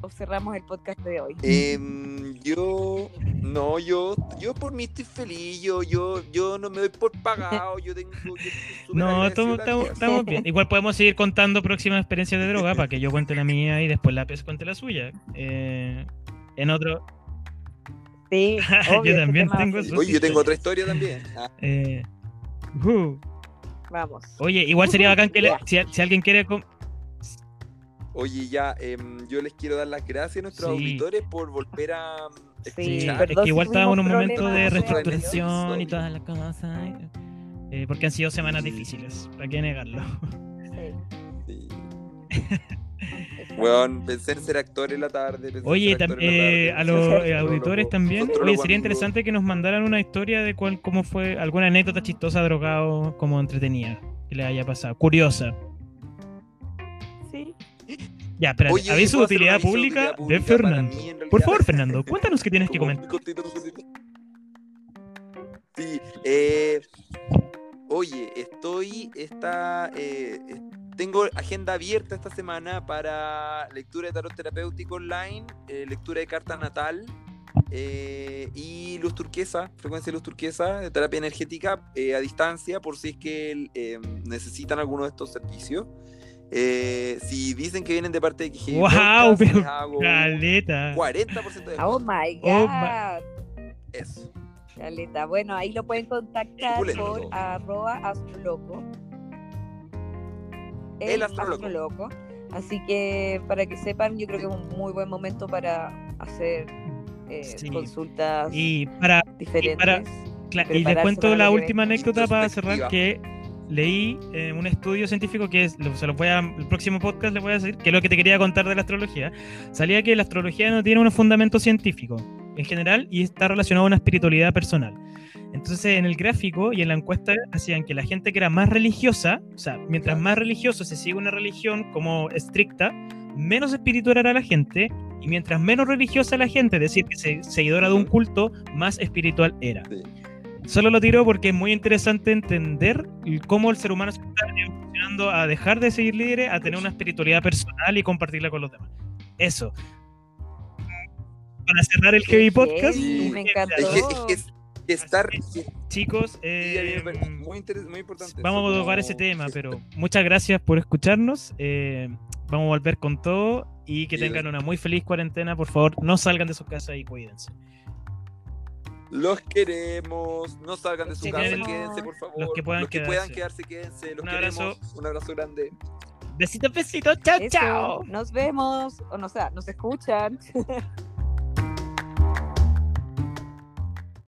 O cerramos el podcast de hoy.
Em, yo, no, yo, yo por mí estoy feliz, yo, yo, yo no me doy por pagado, yo tengo... yo estoy súper
No, estamos,
agradecido a la
estamos-
vida.
estamos bien. Igual podemos seguir contando próximas experiencias de droga para que yo cuente la mía y después la PES cuente la suya. Eh, en otro.
Sí, obvio, este
también
tema va a
tengo
seguir.
eso.
Oye, yo tengo otra historia también. Ah,
eh, ujú.
Vamos.
Oye, igual sería bacán que le- si, si alguien quiere. com-
Oye, ya, em, yo les quiero dar las gracias a nuestros
Sí.
auditores por volver a... em,
Sí,
Sí,
escuchar.
es que
perdón
igual
si
estábamos en un
tuvimos
momento de
problemas,
reestructuración y
obvio.
todas las cosas. eh, porque han sido semanas difíciles, ¿para qué negarlo?
Sí.
Sí.
Exacto.
Weón, pensé en ser actor en la tarde. pensé en
Oye,
ser actor
tam-
en la
eh,
tarde,
a
pensé en
los
ser
eh,
astrólogo,
auditores también,
astrólogo
oye, sería
amigo.
interesante que nos mandaran una historia de cuál, cómo fue alguna anécdota chistosa drogado, como entretenida, que les haya pasado, curiosa.
Sí.
Ya, espérate,
Oye,
aviso de
¿puedo hacer un
utilidad
aviso de
pública
utilidad
de
pública para
Fernando.
mí, en realidad?
Por favor, Fernando, cuéntanos qué tienes que
Como
comentar.
un cortito, un cortito. Sí, eh, oye, estoy esta, eh, es- tengo agenda abierta esta semana para lectura de tarot terapéutico online, eh, lectura de carta natal eh, y luz turquesa, frecuencia de luz turquesa, de terapia energética eh, a distancia, por si es que el, eh, necesitan alguno de estos servicios. Eh, si dicen que vienen de parte de Kijiji
Wow,
Podcast,
pero
les hago un
Caleta.
40% de
Oh my
Oh
god.
my-
eso.
Caleta. Bueno, ahí lo pueden contactar
Culento.
por arroba astroloco.
El astroloco.
astroloco. Así que para que sepan, yo creo que es un muy buen momento para hacer eh,
Sí.
consultas
Y para
diferentes.
Cla- y les
prepararse
cuento
para
la
lo que
última anécdota para cerrar
Introspectiva.
que leí eh, un estudio científico que es, lo- se los voy a, el próximo podcast les voy a decir, que es lo que te quería contar de la astrología. Salía que la astrología no tiene un fundamento científico en general y está relacionado a una espiritualidad personal. Entonces en el gráfico y en la encuesta hacían que la gente que era más religiosa, o sea, mientras más religioso se sigue una religión como estricta, menos espiritual era la gente y mientras menos religiosa la gente, es decir, que se, seguidora de un
Ujú.
culto, más espiritual era.
Sí.
Solo lo tiro porque es muy interesante entender el- cómo el ser humano se está evolucionando a dejar de seguir líderes, a tener una espiritualidad personal y compartirla con los demás. Eso. Para cerrar el
Qué
Heavy Podcast,
heavy, me
eh,
encantó.
Es que, es que- que estar. que-
chicos,
sí, a mí me parece
eh,
muy, interes- muy importante.
Vamos a
eso,
tocar
como-
ese tema, pero muchas gracias por escucharnos. eh, vamos a volver con todo y que
Y-
tengan una muy feliz cuarentena. Por favor, no salgan de sus casas y cuídense.
Los queremos. No salgan de su
Si
casa,
tienen-
quédense, por favor.
los que puedan
quedarse, quédense. Los
Un
queremos.
abrazo.
Un abrazo grande.
Besitos, besitos. Chao,
Eso,
chao.
Nos vemos, o no, o sea, nos escuchan.